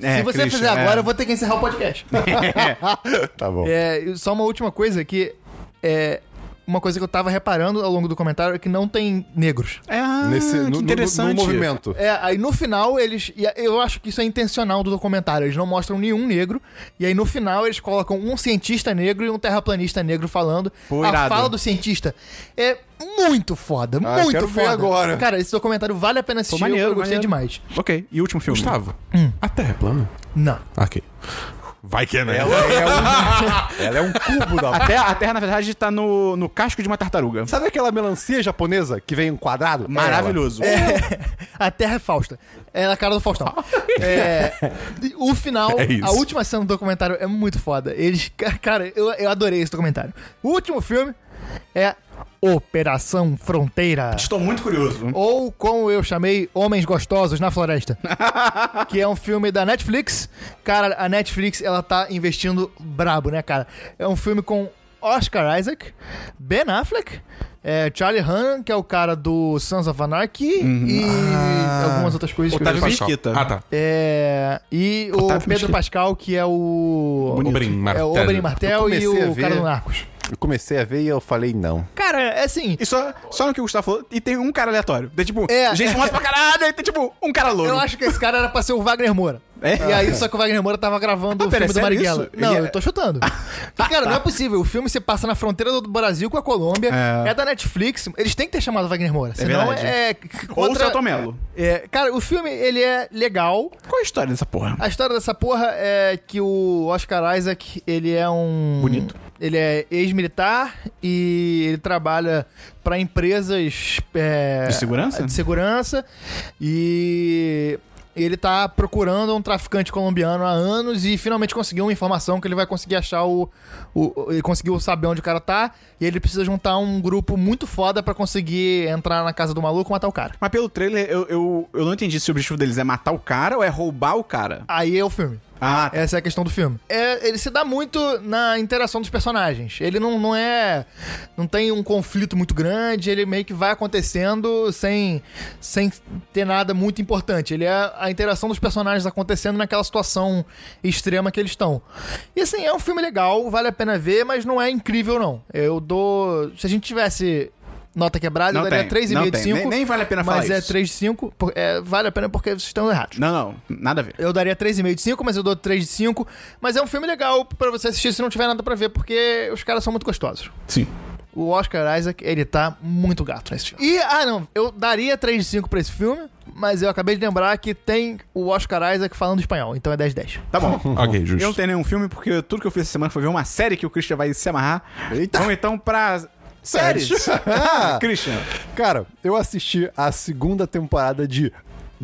S1: É,
S4: Se você
S1: Christian,
S4: fizer agora,
S1: é.
S4: eu vou ter que encerrar o podcast.
S2: Tá bom.
S4: É, e só uma última coisa que é uma coisa que eu tava reparando ao longo do comentário é que não tem negros.
S1: É, ah,
S2: Nesse,
S1: que
S2: no, no- no-
S1: interessante.
S2: no movimento.
S4: É, aí no final eles. e Eu acho que isso é intencional do documentário. Eles não mostram nenhum negro. E aí no final eles colocam um cientista negro e um terraplanista negro falando.
S1: Pô,
S4: a
S1: irado.
S4: fala do cientista é muito foda.
S2: Ah,
S4: muito
S2: quero ver
S4: foda.
S2: agora.
S4: Cara, esse documentário vale a pena assistir. eu-
S1: maneiro,
S4: eu gostei
S1: maneiro.
S4: demais.
S1: Ok, e último filme.
S3: Gustavo, a Terra é plana?
S4: Não.
S3: Ok. Vai que é, né?
S2: Ela é um cubo da.
S1: A terra, a terra, na verdade, tá no, no casco de uma tartaruga.
S2: Sabe aquela melancia japonesa que vem em quadrado?
S1: Maravilhoso.
S4: A Terra é Fausta. É a cara do Faustão. É, o final,
S3: É isso.
S4: a última cena do documentário é muito foda. Eles, ca- cara, eu, eu adorei esse documentário. O último filme é Operação Fronteira.
S1: Estou muito curioso.
S4: Ou como eu chamei, Homens Gostosos na Floresta. que é um filme da Netflix. Cara, a Netflix, ela tá investindo brabo, né, cara? É um filme com Oscar Isaac, Ben Affleck, é, Charlie Hunnam, que é o cara do Sons of Anarchy,
S2: Uhum.
S4: e algumas outras coisas que eu
S1: Otávio
S4: já-
S1: Mesquita.
S3: Ah, tá.
S4: é, e o
S1: Otávio
S4: Pedro
S1: Mesquita.
S4: Pascal, que é o.
S3: Oberyn
S4: É
S3: Martel.
S4: o Oberyn
S2: Eu
S4: Martel e
S2: comecei a
S4: o
S2: ver.
S4: cara do Narcos.
S2: Eu comecei a ver e eu falei não.
S4: Cara, é assim.
S1: E só, só no que o Gustavo falou, e tem um cara aleatório. Tem tipo,
S4: É.
S1: gente famosa pra caralho, e tem tipo, um cara louro.
S4: Eu acho que esse cara era pra ser o Wagner Moura.
S1: É?
S4: E aí, só que o Wagner Moura tava gravando
S1: Ah,
S4: o
S1: pera,
S4: filme
S1: é
S4: do
S1: sério
S4: Marighella.
S1: isso?
S4: Não,
S1: Ele é-
S4: eu tô chutando. Porque, cara, não é possível. O filme se passa na fronteira do Brasil com a Colômbia.
S1: É.
S4: É, da Netflix. Eles têm que ter chamado o Wagner Moura. senão
S1: verdade.
S4: é.
S1: Ou o
S4: contra-
S1: Celto Melo.
S4: é, Cara, o filme, ele é legal.
S1: Qual a história dessa porra?
S4: A história dessa porra é que o Oscar Isaac, ele é um.
S1: Bonito.
S4: Ele é ex-militar e ele trabalha pra empresas. é,
S1: De segurança?
S4: De segurança. E. Ele tá procurando um traficante colombiano há anos e finalmente conseguiu uma informação que ele vai conseguir achar o. o- o- ele conseguiu saber onde o cara tá. E ele precisa juntar um grupo muito foda pra conseguir entrar na casa do maluco e matar o cara.
S1: Mas pelo trailer, eu, eu, eu não entendi se o objetivo deles é matar o cara ou é roubar o cara.
S4: Aí é o filme.
S1: Ah,
S4: Essa é a questão do filme. É, ele se dá muito na interação dos personagens. Ele não, não é. Não tem um conflito muito grande, ele meio que vai acontecendo sem, sem ter nada muito importante. Ele é a interação dos personagens acontecendo naquela situação extrema que eles estão. E assim, é um filme legal, vale a pena ver, mas não é incrível, não. Eu dou. Se a gente tivesse. Nota quebrada,
S1: Não
S4: eu daria
S1: tem,
S4: 3,5
S1: não
S4: de
S1: tem.
S4: 5.
S1: Nem- nem vale a pena
S4: mas
S1: falar
S4: é
S1: isso.
S4: 3 de 5. por- é, vale a pena porque vocês estão errados.
S1: não, não. Nada a ver.
S4: Eu daria 3,5 de 5, mas eu dou 3 de 5. Mas é um filme legal pra você assistir se não tiver nada pra ver, porque os caras são muito gostosos.
S1: Sim.
S4: O Oscar Isaac, ele tá muito gato nesse filme. E, ah não, eu daria 3 de 5 pra esse filme, mas eu acabei de lembrar que tem o Oscar Isaac falando espanhol, então é 10 10.
S1: Tá bom.
S3: Ok, justo.
S1: Eu não tenho nenhum filme, porque tudo que eu fiz essa semana foi ver uma série que o Christian vai se amarrar. Vamos então pra. Séries!
S2: Ah,
S1: Christian.
S2: cara, eu assisti a segunda temporada de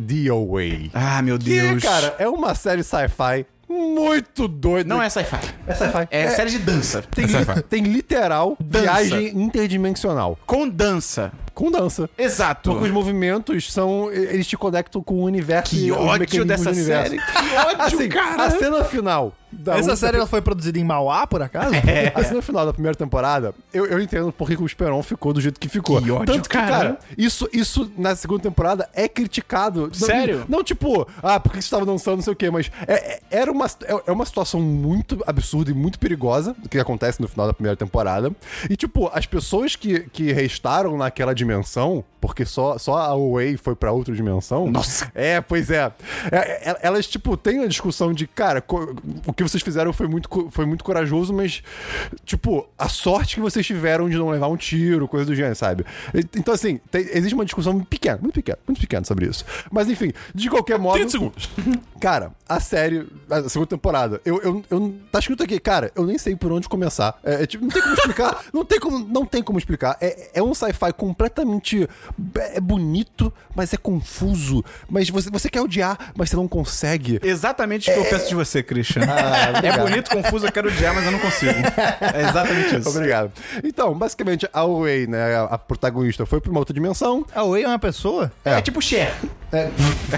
S2: The Away.
S1: Ah, meu
S2: Que,
S1: Deus.
S2: cara, é uma série sci-fi muito doida.
S1: Não é sci-fi.
S2: É sci-fi.
S1: É, série de dança.
S2: Tem, li- tem literal viagem interdimensional.
S1: Com dança.
S2: Com dança.
S1: Exato.
S2: Porque os movimentos são. Eles te conectam com o universo
S1: Que
S2: e os
S1: ódio
S2: mecanismos
S1: dessa
S2: do universo.
S1: série. Que ódio,
S2: Assim,
S1: cara.
S2: a cena final. Da
S4: Essa
S2: última
S4: série ela foi produzida em Mauá, por
S1: é
S4: acaso?
S2: Assim, no final da primeira temporada, eu, eu entendo por que que o Esperon ficou do jeito que ficou.
S1: Que ódio,
S2: Tanto que,
S1: cara.
S2: cara, isso, isso na segunda temporada é criticado.
S1: Sério?
S2: Não, não, tipo, ah, por que você estava dançando, não sei o quê, mas é, é- era uma, é, é uma situação muito absurda e muito perigosa que acontece no final da primeira temporada. E, tipo, as pessoas que, que restaram naquela dimensão, porque só, só a Way foi pra outra dimensão.
S1: Nossa.
S2: É, pois é. É, é, Elas, tipo, têm a discussão de, cara, co- o que vocês fizeram foi muito, co- foi muito corajoso, mas, tipo, a sorte que vocês tiveram de não levar um tiro, coisa do gênero, sabe? E- Então, assim, tem- existe uma discussão pequena, muito pequena, muito pequena sobre isso. Mas, enfim, de qualquer modo.
S3: 30 segundos.
S2: Cara, a série, a segunda temporada, eu, eu, eu- Tá escrito aqui, cara, eu nem sei por onde começar. É, é tipo, não tem como explicar. não, tem como, não tem como explicar. É, é um sci-fi completamente. É bonito, mas é confuso. Mas você, você quer odiar, mas você não consegue.
S1: Exatamente o que eu penso de você, Christian. é bonito, confuso, eu quero odiar, mas eu não consigo. É exatamente isso.
S2: Obrigado. Então, basicamente, a Way, né, a, a protagonista, foi pra uma outra dimensão.
S4: A Way é uma pessoa?
S1: É, tipo Cher. É,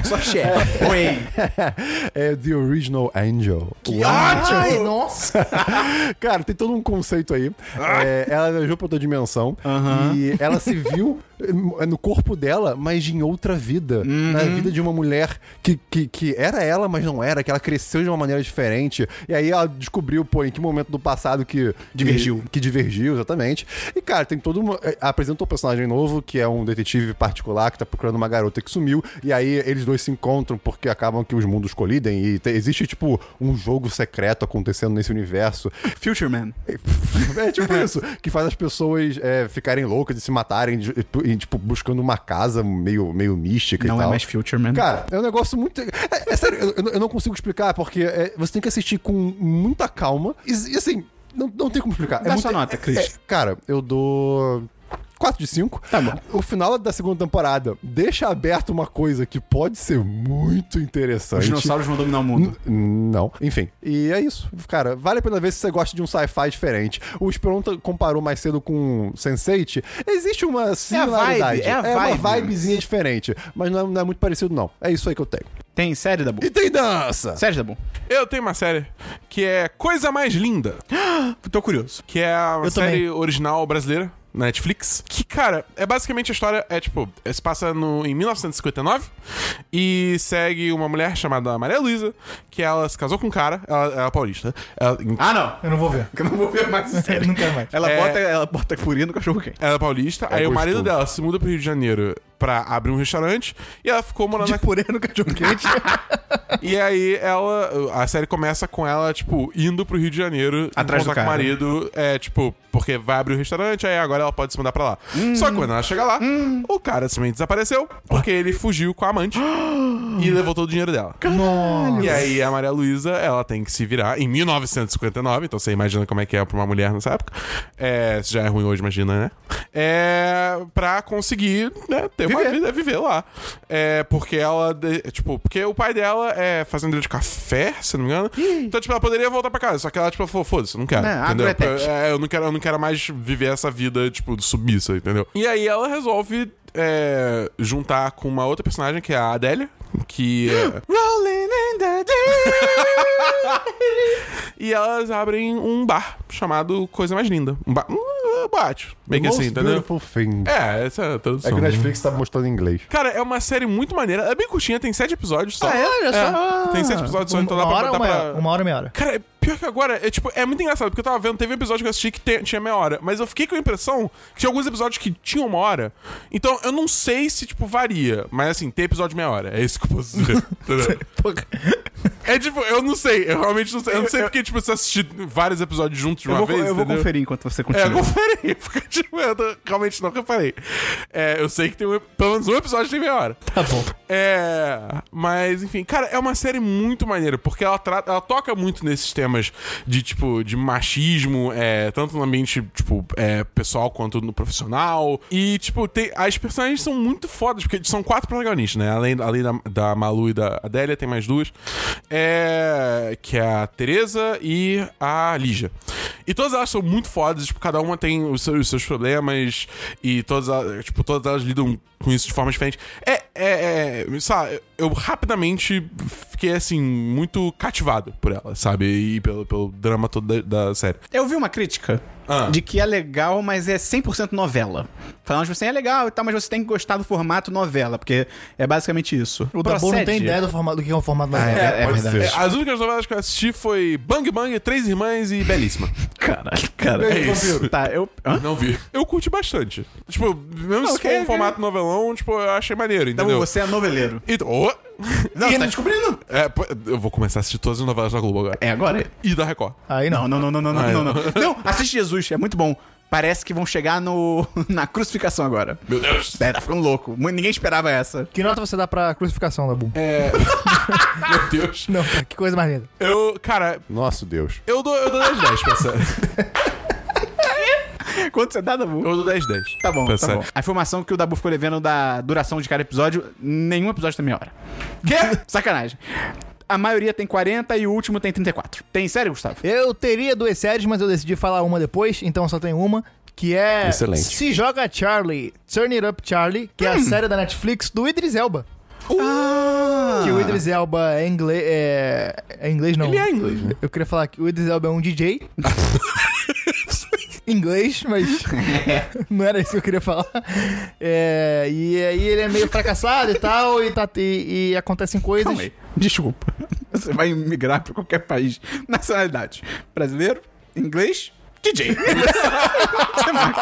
S1: só Cher. Oi.
S2: é The Original Angel. Que
S1: ótimo!
S4: Ai, nossa!
S2: Cara, tem todo um conceito aí. É, ela viajou pra outra dimensão e ela se viu eh, no corpo dela, mas em outra vida. Na vida de uma mulher que, que, que era ela, mas não era, que ela cresceu de uma maneira diferente. E aí ela descobriu, pô, em que momento do passado que.
S1: Divergiu.
S2: Que, que divergiu, exatamente. E, cara, tem todo uma. eh, Apresentou um personagem novo, que é um detetive particular que tá procurando uma garota que sumiu. E aí eles dois se encontram porque acabam que os mundos colidem. E te- existe, tipo, um jogo secreto acontecendo nesse universo.
S1: Future Man.
S2: É tipo isso, que faz as pessoas é, ficarem loucas e se matarem, de- e, tipo, buscando uma casa meio, meio mística e
S1: Não
S2: tal.
S1: é mais Future Man.
S2: Cara, é um negócio muito. É, é sério, eu, eu não consigo explicar, porque é, você tem que assistir com muita calma. E, e, assim, não, não tem como explicar.
S1: Dá
S2: é
S1: sua
S2: muito-
S1: nota,
S2: é-
S1: Cris.
S2: é- cara, eu dou. 4 de 5.
S1: Tá bom.
S2: O final da segunda temporada deixa aberto uma coisa que pode ser muito interessante.
S1: Os dinossauros vão dominar o mundo.
S2: N- Não. Enfim. E é isso. Cara, vale a pena ver se você gosta de um sci-fi diferente. O Esperon t- comparou mais cedo com Sense8. Existe uma similaridade.
S1: é a
S2: uma
S1: vibe.
S2: vibezinha diferente. Mas não é, não é muito parecido, não. É isso aí que eu tenho.
S1: Tem série da boa.
S2: E tem dança!
S1: Série da boa.
S3: Eu tenho uma série que é Coisa Mais Linda,
S1: Tô curioso.
S3: que é uma
S4: Eu também.
S3: série original brasileira na Netflix. Que, cara, é basicamente a história, é tipo, se passa no, em 1959 e segue uma mulher chamada Maria Luísa, que ela se casou com um cara, ela, ela é paulista, ela,
S1: Ah, não. É,
S4: Eu não vou ver.
S1: Que eu não vou ver mais série.
S4: Não quero mais.
S1: Ela,
S3: É.
S1: bota, ela bota furinha no cachorro quente.
S3: ela é paulista, aí o marido
S2: gostoso.
S3: dela se muda pro Rio de Janeiro pra abrir um restaurante e ela ficou morando
S4: De
S1: Tipo
S3: na
S4: purê no cachorro quente.
S3: E aí ela. A série começa com ela, tipo, indo pro Rio de Janeiro
S1: Atrás do
S3: encontrar com o
S1: cara.
S3: marido. É, tipo, porque vai abrir o restaurante, aí agora ela pode se mandar pra lá.
S1: Hum.
S3: Só que quando ela chega lá, o cara simplesmente desapareceu, porque ele fugiu com a amante e levou todo o dinheiro dela. E aí a Maria Luísa, ela tem que se virar em 1959, então você imagina como é que é pra uma mulher nessa época. É, se já é ruim hoje, imagina, né? É, pra conseguir né, ter uma vida, viver lá. É, porque ela, de- tipo, porque o pai dela é fazendeiro de café, se não me engano. Então, tipo, ela poderia voltar pra casa, só que ela, tipo, falou, foda-se, não quero.
S1: Né,
S3: entendeu?
S1: agroetec.
S3: É, eu não quero, eu não quero mais viver essa vida, tipo, de submissa, entendeu? E aí ela resolve é, juntar com uma outra personagem, que é a Adélia, que é... Rolling in the deep. E elas abrem um bar chamado Coisa Mais Linda. Um bar... Um boate. Meio que assim, entendeu?
S2: Beautiful thing.
S3: É, essa é a
S2: É
S3: tradução.
S2: que o Netflix tá mostrando em inglês.
S3: Cara, é uma série muito maneira. É bem curtinha, tem sete episódios só.
S4: Ah, é? Olha só.
S3: Tem sete episódios só, então dá
S4: uma,
S3: pra...
S4: hora,
S3: dá
S4: uma,
S3: pra-
S4: hora, uma hora, meia hora.
S3: Cara, pior que agora, é tipo, é muito engraçado, porque eu tava vendo, teve um episódio que eu assisti que te- tinha meia hora, mas eu fiquei com a impressão que tinha alguns episódios que tinham uma hora. Então eu não sei se, tipo, varia. Mas assim, tem episódio de meia hora. É isso que eu posso dizer. entendeu? é tipo, eu não sei, eu realmente não sei. Eu não sei porque, tipo, você assistir vários episódios juntos de
S1: Eu
S3: uma
S1: vou,
S3: vez.
S1: eu vou
S3: entendeu?
S1: conferir enquanto você
S3: É, eu
S1: continua.
S3: conferei, porque tipo, eu tô- realmente não reparei. É, eu sei que tem um, pelo menos um episódio tem meia hora.
S4: Tá bom.
S3: É, mas enfim, cara, é uma série muito maneira, porque ela, trata, ela toca muito nesses temas de tipo de machismo, é, tanto no ambiente tipo é, pessoal quanto no profissional. E tipo, tem, as personagens são muito fodas, porque são quatro protagonistas, né? Além, além da, da Malu e da Adélia, tem mais duas, é, que é a Teresa e a Lígia. E todas elas são muito fodas, tipo, cada uma tem os seus, os seus problemas e todas elas, tipo, todas elas lidam com isso de forma diferente. É, é, é, sabe, eu rapidamente fiquei, assim, muito cativado por ela, sabe? E pelo, pelo drama todo da, da série.
S1: Eu vi uma crítica
S3: Ah.
S1: de que é legal, mas é 100% novela. Falando tipo assim, é legal e tal, mas você tem que gostar do formato novela, porque é basicamente isso.
S4: O Dabu não
S1: Procede.
S4: tem ideia do, formato, do que é um formato da
S1: É, é verdade.
S3: É, as únicas novelas que eu assisti foi Bang Bang, Três Irmãs e Belíssima.
S1: Caralho, cara.
S3: É isso.
S1: Tá, eu. Hã? Ah,
S3: Não vi. Eu curti bastante. Tipo, mesmo se
S1: Ok,
S3: for um
S1: ok.
S3: formato novelão, tipo, eu achei maneiro,
S1: Então
S3: entendeu?
S1: você é noveleiro.
S3: Então, oh!
S1: Não, tá descobrindo?
S3: É, pô, eu vou começar a assistir todas as novelas da Globo agora.
S1: É agora?
S3: E da Record.
S4: Aí não.
S1: Não, não, não, não, não,
S3: Ah,
S1: não, não, não. Não, assiste Jesus, é muito bom. Parece que vão chegar no na crucificação agora.
S3: Meu Deus.
S1: É, tá ficando louco. Mu- Ninguém esperava essa.
S4: Que nota você dá pra crucificação, Dabu?
S3: É. Meu Deus.
S4: Não, cara, que coisa mais linda.
S3: Eu, cara,
S2: Nosso Deus.
S3: eu dou, eu dou 10 10 pra série.
S1: Quanto você dá, Dabu?
S3: Eu dou 10 10.
S1: Tá bom, tá bom. A informação que o Dabu ficou levando da duração de cada episódio, nenhum episódio tem meia hora. Quê? Sacanagem. A maioria tem 40 e o último tem 34. Tem sério, Gustavo?
S4: Eu teria duas séries, mas eu decidi falar uma depois, então só tem uma, que é
S2: Excelente.
S4: Se Joga Charlie, Turn It Up Charlie, que é
S3: Hum.
S4: a série da Netflix do Idris Elba.
S3: Uh!
S1: Ah!
S4: Que o Idris Elba é inglês. É, é inglês, não.
S3: Ele é inglês, né?
S4: Eu queria falar que o Idris Elba é um DJ. inglês, mas. não era isso que eu queria falar. É, e aí ele é meio fracassado e tal, e, tá, e, e acontecem coisas.
S1: Calma aí. Desculpa. Você vai migrar pra qualquer país. Nacionalidade: brasileiro, inglês, DJ. Você marca.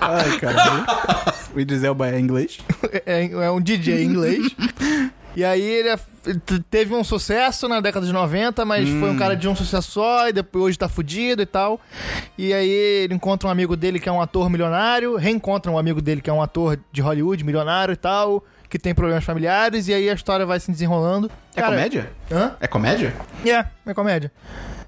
S1: Ai, cara. O Idris Elba é inglês.
S4: é, é um DJ inglês. E aí ele é- t- teve um sucesso na década de 90, mas foi
S1: Hum.
S4: um cara de um sucesso só, e depois hoje tá fudido e tal. E aí ele encontra um amigo dele que é um ator milionário, reencontra um amigo dele que é um ator de Hollywood, milionário e tal, que tem problemas familiares, e aí a história vai se desenrolando.
S1: É
S4: Cara,
S1: comédia?
S4: Hã?
S1: É comédia?
S4: É, é comédia.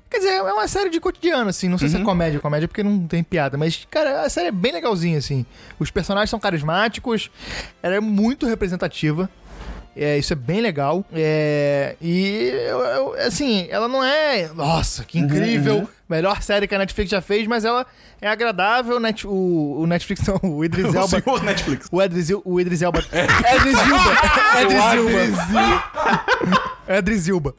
S4: Quer dizer, é uma série de cotidiano, assim. Não sei se é comédia, comédia, porque não tem piada. Mas, cara, a série é bem legalzinha, assim. Os personagens são carismáticos. Ela é muito representativa. É, isso é bem legal. É, e, eu- eu- assim, ela não é... Nossa, que incrível. Melhor série que a Netflix já fez, mas ela é agradável. Net, o, o Netflix, não, o Idris
S1: O
S4: Elba...
S1: senhor Netflix.
S4: O Edris, o Idris Elba. Edris Elba. Edris Elba. Edris Elba.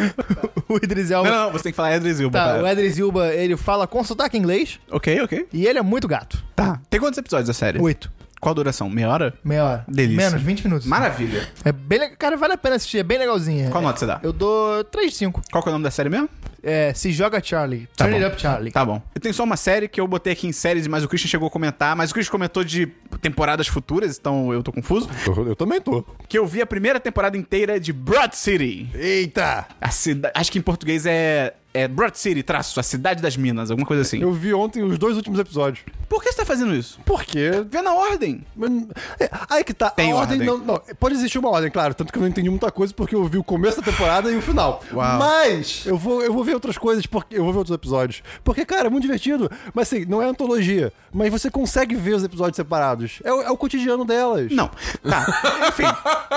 S4: o Idris
S1: Não,
S4: Elba.
S1: não, você tem que falar Idris Elba.
S4: Tá,
S1: cara.
S4: o Edris Elba, ele fala com sotaque inglês
S1: Ok, ok.
S4: e ele é muito gato.
S1: Tá. Tem quantos episódios da série?
S4: Oito.
S1: Qual a duração? Meia hora?
S4: Meia hora.
S1: Delícia.
S4: Menos, 20 minutos.
S1: Maravilha.
S4: É bem legal. Cara, vale a pena assistir. É bem legalzinha.
S1: Qual nota você dá?
S4: Eu dou 3 de 5.
S1: Qual que é o nome da série mesmo?
S4: É, se joga Charlie. Turn it up, Charlie.
S1: Tá bom. Eu tenho só uma série que eu botei aqui em séries, mas o Christian chegou a comentar. Mas o Christian comentou de temporadas futuras, então eu tô confuso.
S2: Eu, eu também tô.
S1: Que eu vi a primeira temporada inteira de Broad City.
S2: Eita!
S1: A cida... Acho que em português é. É Broad City, traço, a cidade das minas, alguma coisa assim.
S2: Eu vi ontem os dois últimos episódios.
S1: Por que você tá fazendo isso?
S2: Por quê?
S1: Vê na ordem.
S2: Mas- é, Aí que tá.
S1: Tem
S2: a ordem,
S1: ordem.
S2: Não, não. Pode existir uma ordem, claro. Tanto que eu não entendi muita coisa porque eu vi o começo da temporada e o final.
S1: Uau.
S2: Mas eu vou, eu vou ver outras coisas, porque eu vou ver outros episódios. Porque, cara, é muito divertido. Mas assim, não é antologia. Mas você consegue ver os episódios separados. É, o- é o cotidiano delas.
S1: Não. Tá. Enfim,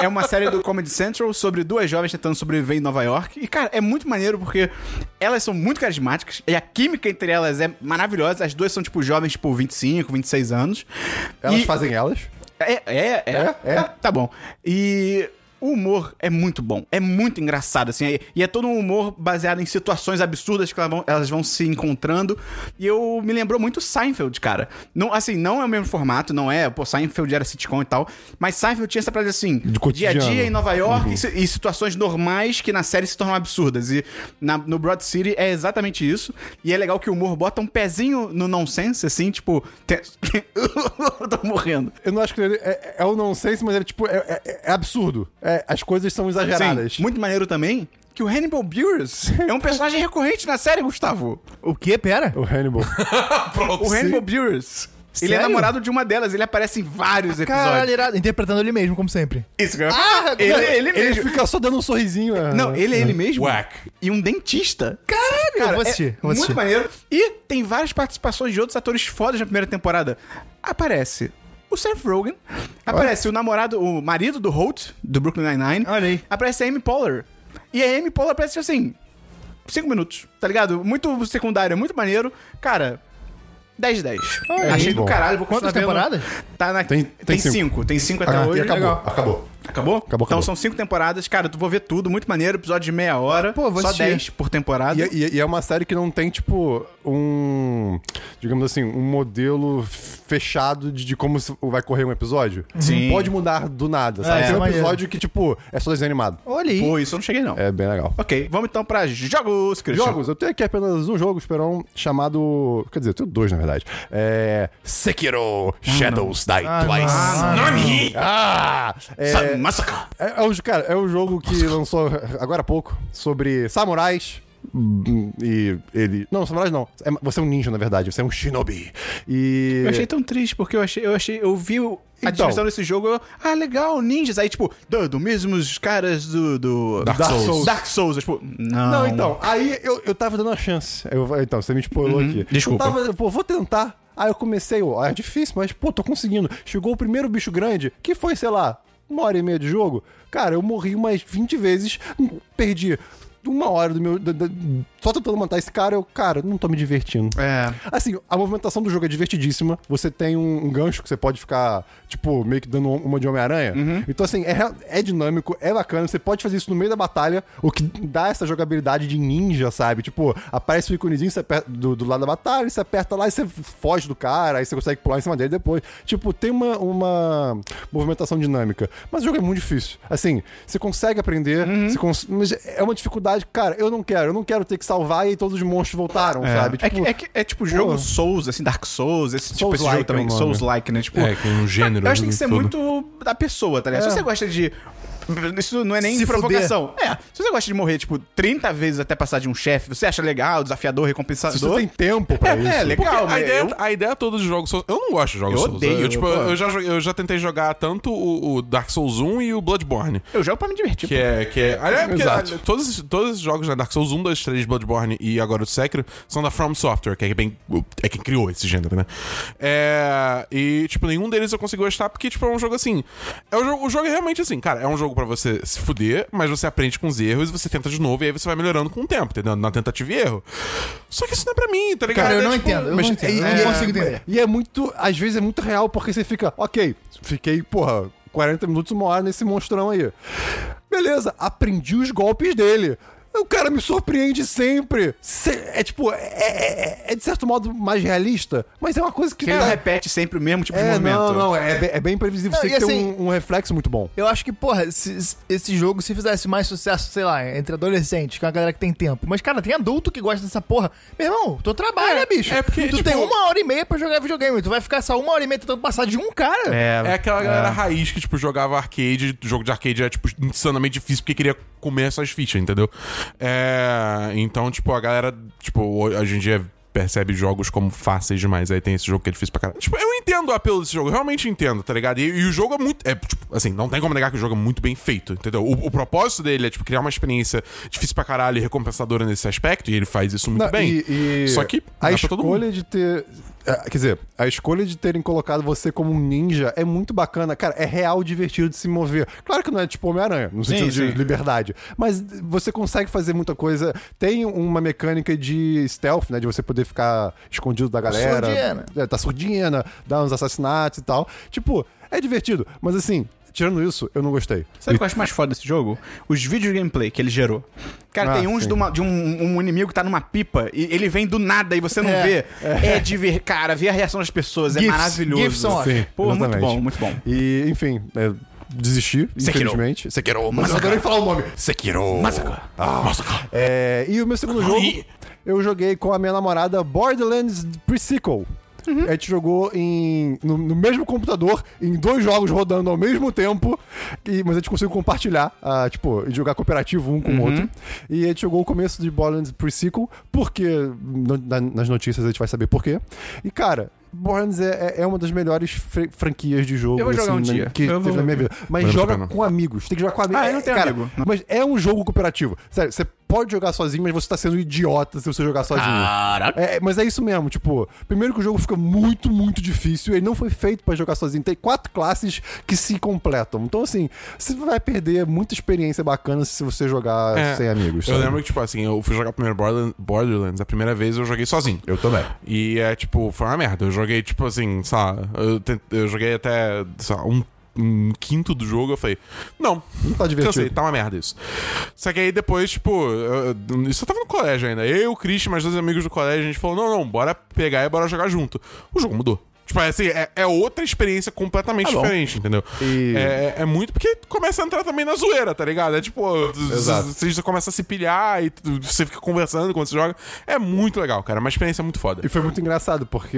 S1: é uma série do Comedy Central sobre duas jovens tentando sobreviver em Nova York. E, cara, é muito maneiro porque elas são muito carismáticas e a química entre elas é maravilhosa. As duas são, tipo, jovens, tipo, 25, 26 anos.
S2: Elas
S1: E-
S2: fazem elas.
S1: É, é, é.
S2: É? É?
S1: Tá, tá bom. E o humor é muito bom. É muito engraçado, assim. é- e é todo um humor baseado em situações absurdas que elas vão, elas vão se encontrando. E eu me lembrou muito Seinfeld, cara. Não, assim, não é o mesmo formato, não é. Pô, Seinfeld era sitcom e tal. Mas Seinfeld tinha essa parada assim: dia a
S2: cotidiano. Uhum.
S1: dia em Nova York e, si- e situações normais que na série se tornam absurdas. E na- no Broad City é exatamente isso. E é legal que o humor bota um pezinho no nonsense, assim, tipo. te- eu tô morrendo.
S2: Eu não acho que ele é, é o nonsense, mas é tipo, é, é- é absurdo. É, as coisas são exageradas.
S1: Sim, muito maneiro também que o Hannibal Buress é um personagem recorrente na série, Gustavo.
S4: O quê? Pera?
S2: O Hannibal.
S3: Pronto.
S1: O Hannibal Buress. Ele é
S2: Sério?
S1: namorado de uma delas, ele aparece em vários
S4: Caralho,
S1: episódios.
S4: irado. Interpretando Ah, ele mesmo, como sempre.
S1: Isso, cara.
S4: Ah,
S1: ele, é ele
S2: ele
S1: mesmo.
S2: fica só dando um sorrisinho. é.
S1: Não, ele é ele mesmo.
S3: Whack.
S1: E um dentista.
S4: Caralho! eu vou
S1: é
S4: assistir. vou assistir.
S1: Muito maneiro. E tem várias participações de outros atores fodas na primeira temporada. Aparece o Seth Rogen. Aparece o namorado, o marido do Holt, do Brooklyn Nine-Nine.
S4: Olha aí.
S1: Aparece a Amy Poehler. E a Amy Poehler aparece assim, cinco minutos, tá ligado? Muito secundário, é muito maneiro. Cara... 10 de 10. Achei
S2: é muito
S1: do
S2: bom.
S1: caralho, vou continuar
S4: Quantas
S1: vendo.
S4: temporadas?
S1: Tá na... Tem,
S2: Tem- tem cinco.
S1: 5. Tem 5 é até
S2: Ah,
S1: hoje.
S2: e acabou,
S1: Legal.
S2: acabou.
S1: Acabou?
S2: Acabou,
S1: Então
S2: acabou.
S1: são 5 temporadas, cara, tu vou ver tudo, muito maneiro, episódio de meia hora.
S4: Pô, vou
S1: só
S4: assistir.
S1: 10 por temporada.
S2: E, e- e é uma série que não tem, tipo, um. Digamos assim, um modelo fechado de, de como se- vai correr um episódio.
S1: Sim.
S2: Pode mudar do nada, sabe?
S4: É,
S2: tem um
S4: maneiro.
S2: episódio que, tipo, é só desenho animado.
S4: Olha aí.
S1: Pô, isso eu não cheguei não.
S2: É bem legal.
S1: Ok, vamos então pra jogos, Christian.
S2: Jogos, eu tenho aqui apenas um jogo, Esperão, chamado. Quer dizer, eu tenho dois, na verdade. É. Sekiro Shadows Die
S4: Ah,
S2: Twice.
S3: Nani!
S2: Ah!
S1: Sabe,
S2: É,
S1: massacre.
S2: é, é um, cara, é um jogo que lançou agora há pouco sobre samurais. hum, E ele. Não, samurais não. É- você é um ninja, na verdade. Você é um shinobi. E.
S1: Eu achei tão triste, porque eu achei, eu achei, eu vi o- a
S2: É. Então.
S1: descrição desse jogo, eu, ah, legal, ninjas, aí tipo, do, do mesmos caras do, do-
S2: Dark Souls.
S1: Dark Souls, eu, tipo, não. Uhum.
S2: Não, então, aí eu, eu tava dando uma chance. Eu- então, você me spoilou aqui.
S1: desculpa.
S2: Eu tava, pô, vou tentar. Aí eu comecei, ó, é difícil, mas, pô, tô conseguindo. Chegou o primeiro bicho grande, que foi, sei lá, uma hora e meia de jogo. Cara, eu morri umas 20 vezes, perdi uma hora do meu. da- da- só tentando matar esse cara, eu, cara, não tô me divertindo.
S1: É.
S2: Assim, a movimentação do jogo é divertidíssima. Você tem um, um gancho que você pode ficar, tipo, meio que dando uma de Homem-Aranha.
S1: Uhum.
S2: Então, assim, é, é dinâmico, é bacana. Você pode fazer isso no meio da batalha, o que dá essa jogabilidade de ninja, sabe? Tipo, aparece o íconezinho você aperta- do, do lado da batalha, você aperta lá e você foge do cara, aí você consegue pular em cima dele depois. Tipo, tem uma, uma movimentação dinâmica. Mas o jogo é muito difícil. Assim, você consegue aprender,
S1: Uhum.
S2: você cons- mas é uma dificuldade. Cara, eu não quero, eu não quero ter que salvar e aí todos os monstros voltaram,
S1: É.
S2: sabe?
S1: é, que- é, que- é tipo jogo Souls, assim, Dark Souls, esse tipo esse
S2: Souls-like
S1: jogo também,
S2: é o nome.
S1: Souls-like, né? Tipo,
S3: É, que é um gênero
S1: Eu acho que tem que ser
S3: todo.
S1: muito da pessoa, tá ligado? Se você gosta de. Isso não é nem
S4: Se
S1: provocação. É. Se você gosta de morrer, tipo, 30 vezes até passar de um chefe, você acha legal, desafiador, recompensador.
S2: Se você tem tempo pra
S1: É,
S2: isso.
S1: é, legal.
S3: Porque
S1: né?
S3: a, ideia,
S1: Eu-
S3: a ideia toda de jogos Souls. Eu não gosto de jogos
S1: Eu
S3: Souls.
S1: odeio,
S3: eu, tipo,
S1: pô.
S3: eu, já, joguei- eu já tentei jogar tanto o, o Dark Souls 1 e o Bloodborne.
S1: Eu jogo pra me divertir.
S3: Que é. Que é aliás, porque,
S2: Exato.
S3: ah, todos, esses- todos esses jogos, né? Dark Souls 1, 2, 3, Bloodborne e agora o Sekiro, são da From Software, que é, bem, é quem criou esse gênero, né? É, e, tipo, nenhum deles eu consegui gostar, porque, tipo, é um jogo assim. É um jogo, o jogo é realmente assim, cara, é um jogo pra você se fuder, mas você aprende com os erros e você tenta de novo, e aí você vai melhorando com o tempo, entendeu? Na tentativa e erro. Só que isso não é pra mim, tá ligado?
S4: Cara, eu
S3: É,
S4: não
S3: tipo,
S4: entendo. Eu
S2: Mas-
S4: não entendo.
S2: e-
S4: eu
S2: e-
S4: não consigo
S2: é-
S4: entender.
S2: E é muito, às vezes é muito real, porque você fica, ok, fiquei, porra, 40 minutos, uma hora nesse monstrão aí. Beleza, aprendi os golpes dele. O cara me surpreende sempre. Se- é tipo, é, é- é- é de certo modo mais realista, mas é uma coisa que.
S1: Porque ele não
S4: tá
S2: dá-
S1: repete sempre o mesmo tipo de
S2: é,
S1: movimento.
S2: não, não, é, bem- é bem previsível.
S4: Não,
S2: Você tem
S4: e
S2: que ter
S4: assim-
S2: um, um reflexo muito bom.
S4: Eu acho que, porra, se- se- esse jogo, se fizesse mais sucesso, sei lá, entre adolescentes, que é uma galera que tem tempo. Mas, cara, tem adulto que gosta dessa porra. Meu irmão, tu trabalha, bicho.
S3: é porque,
S4: tu
S3: tipo-
S4: tem uma hora e meia pra jogar videogame. Tu vai ficar essa uma hora e meia tentando passar de um cara.
S3: É aquela galera raiz que, tipo, jogava arcade, jogo de arcade era, tipo, insanamente difícil porque queria comer essas fichas, entendeu? É, Então, tipo, a galera, tipo, hoje em dia percebe jogos como fáceis demais. Aí tem esse jogo que é difícil pra caralho. Tipo, eu entendo o apelo desse jogo, eu realmente entendo, tá ligado? E, e o jogo é muito. É, tipo, assim, não tem como negar que o jogo é muito bem feito, entendeu? O, o propósito dele é, tipo, criar uma experiência difícil pra caralho e recompensadora nesse aspecto, e ele faz isso muito
S2: Não,
S3: bem.
S2: e- e
S3: Só que não
S2: a
S3: é pra todo mundo.
S2: escolha de ter. é, Quer dizer, a escolha de terem colocado você como um ninja é muito bacana. Cara, é real divertido de se mover. Claro que não é tipo Homem-Aranha, no
S1: Sim,
S2: sentido de
S1: sim.
S2: liberdade. Mas você consegue fazer muita coisa. Tem uma mecânica de stealth, né? De você poder ficar escondido da galera.
S4: Surdiana.
S2: É, tá surdina, dá uns assassinatos e tal. Tipo, é divertido. Mas assim, tirando isso, eu não gostei.
S1: Sabe o que eu acho mais foda desse jogo? Os vídeos gameplay que ele gerou. Cara,
S2: Ah,
S1: tem uns
S2: sim.
S1: de, uma- de um, um inimigo que tá numa pipa e ele vem do nada e você não
S4: É,
S1: vê. É, de ver. Cara, ver a reação das pessoas é
S4: Gifs.
S1: maravilhoso.
S4: Gifs são ótimos.
S1: Pô, muito
S2: exatamente.
S1: bom, muito bom.
S2: E, enfim, é, desisti,
S1: Sekiro.
S2: infelizmente. Sekiro, mas eu
S1: Massacre.
S2: adorei falar o nome.
S3: Sekiro.
S1: Massacre.
S3: Ah. Massacre.
S2: É, e o meu segundo jogo, eu joguei com a minha namorada Borderlands Pre-Sequel.
S1: Uhum.
S2: A gente jogou em, no, no mesmo computador, em dois jogos rodando ao mesmo tempo, e- mas a gente conseguiu compartilhar, ah, tipo, e jogar cooperativo um com o outro. E a gente jogou o começo de Borderlands Pre-Sequel, porque no- na- nas notícias a gente vai saber por quê. E cara, Borderlands é, é- é uma das melhores fr- franquias de jogo
S1: Eu vou jogar um
S2: né,
S1: dia.
S2: que
S1: Eu
S2: teve
S1: vou-
S2: na minha vida. Mas
S3: Vale muito a
S2: joga
S3: pena.
S2: com amigos, tem que jogar com amigos.
S1: Ah, eu não tenho amigo.
S2: Mas é um jogo cooperativo. Sério, você pode jogar sozinho, mas você tá sendo um idiota se você jogar sozinho.
S1: Caraca.
S2: É, mas é isso mesmo, tipo, primeiro que o jogo fica muito, muito difícil, ele não foi feito pra jogar sozinho, tem quatro classes que se completam. Então, assim, você vai perder muita experiência bacana se você jogar
S3: É,
S2: sem amigos.
S3: Eu
S2: sabe?
S3: lembro que, tipo assim, eu fui jogar primeiro Borderlands, Borderlands, a primeira vez eu joguei sozinho.
S2: Eu também.
S3: E é, tipo, foi uma merda. Eu joguei, tipo assim, sei lá, eu, te- eu joguei até, sei lá, um, um quinto do jogo, eu falei, não,
S2: Não tá
S3: eu
S2: divertido.
S3: sei, tá uma merda isso. Só que aí depois, tipo, eu- eu- isso eu tava no colégio ainda. Eu, o Christian, mais dois amigos do colégio, a gente falou, não, não, bora pegar e bora jogar junto. O jogo mudou. Tipo, é assim, é, é outra experiência completamente
S2: Tá bom.
S3: diferente, entendeu?
S2: E-
S3: É, é muito porque começa a entrar também na zoeira, tá ligado? É tipo,
S2: Exato.
S3: você já começa a se pilhar e tu- você fica conversando quando você joga. É muito legal, cara. É uma experiência muito foda.
S2: E foi muito engraçado, porque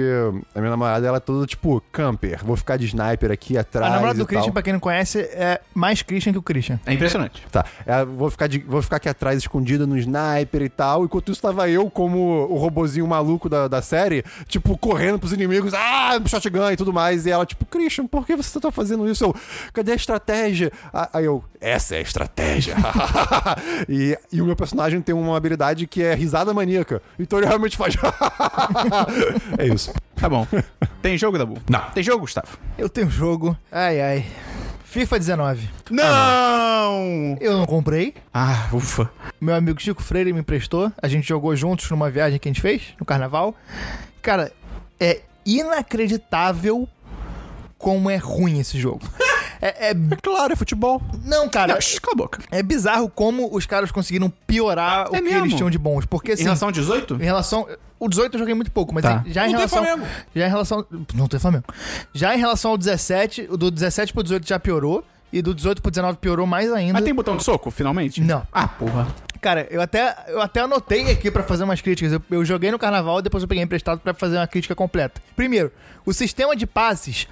S2: a minha namorada, ela é toda, tipo, camper. Vou ficar de sniper aqui atrás
S4: A
S2: e
S4: namorada do Christian,
S2: tal.
S4: pra quem não conhece, é mais Christian que o Christian.
S1: É impressionante.
S2: Tá, é, vou, ficar de- vou ficar aqui atrás escondida no sniper e tal. Enquanto isso, tava eu, como o robozinho maluco da, da série, tipo, correndo pros inimigos, ah, shotgun e tudo mais. E ela, tipo, Christian, por que você tá fazendo isso? Eu, cadê a estratégia? Ah, Aí eu, essa é a estratégia. e, e o meu personagem tem uma habilidade que é risada maníaca. Então ele realmente faz. é isso.
S1: Tá bom. Tem jogo, Dabu?
S3: Não.
S1: Tem jogo, Gustavo?
S4: Eu tenho um jogo. Ai, ai. FIFA 19.
S1: Não!
S4: Eu não comprei.
S1: Ah, ufa.
S4: Meu amigo Chico Freire me emprestou. A gente jogou juntos numa viagem que a gente fez, no carnaval. Cara, é inacreditável como é ruim esse jogo. É, é-
S2: Claro, é futebol.
S4: Não, cara,
S1: Não, shh, cala a boca.
S4: é bizarro como os caras conseguiram piorar o
S1: É
S4: que
S1: mesmo?
S4: eles tinham de bons. Porque assim,
S1: Em relação a 18?
S4: em relação- O 18 eu joguei muito pouco, mas
S1: Tá.
S4: em- já em
S3: Não tem
S4: relação.
S3: Flamengo.
S4: Já em relação. Não tem Flamengo. Já em relação ao 17, o do 17 pro 18 já piorou. E do 18 pro 19 piorou mais ainda.
S1: Mas tem botão de soco, finalmente?
S4: Não.
S1: Ah, porra.
S4: Cara, eu até, eu até anotei aqui pra fazer umas críticas. Eu, eu joguei no carnaval e depois eu peguei emprestado pra fazer uma crítica completa. Primeiro, o sistema de passes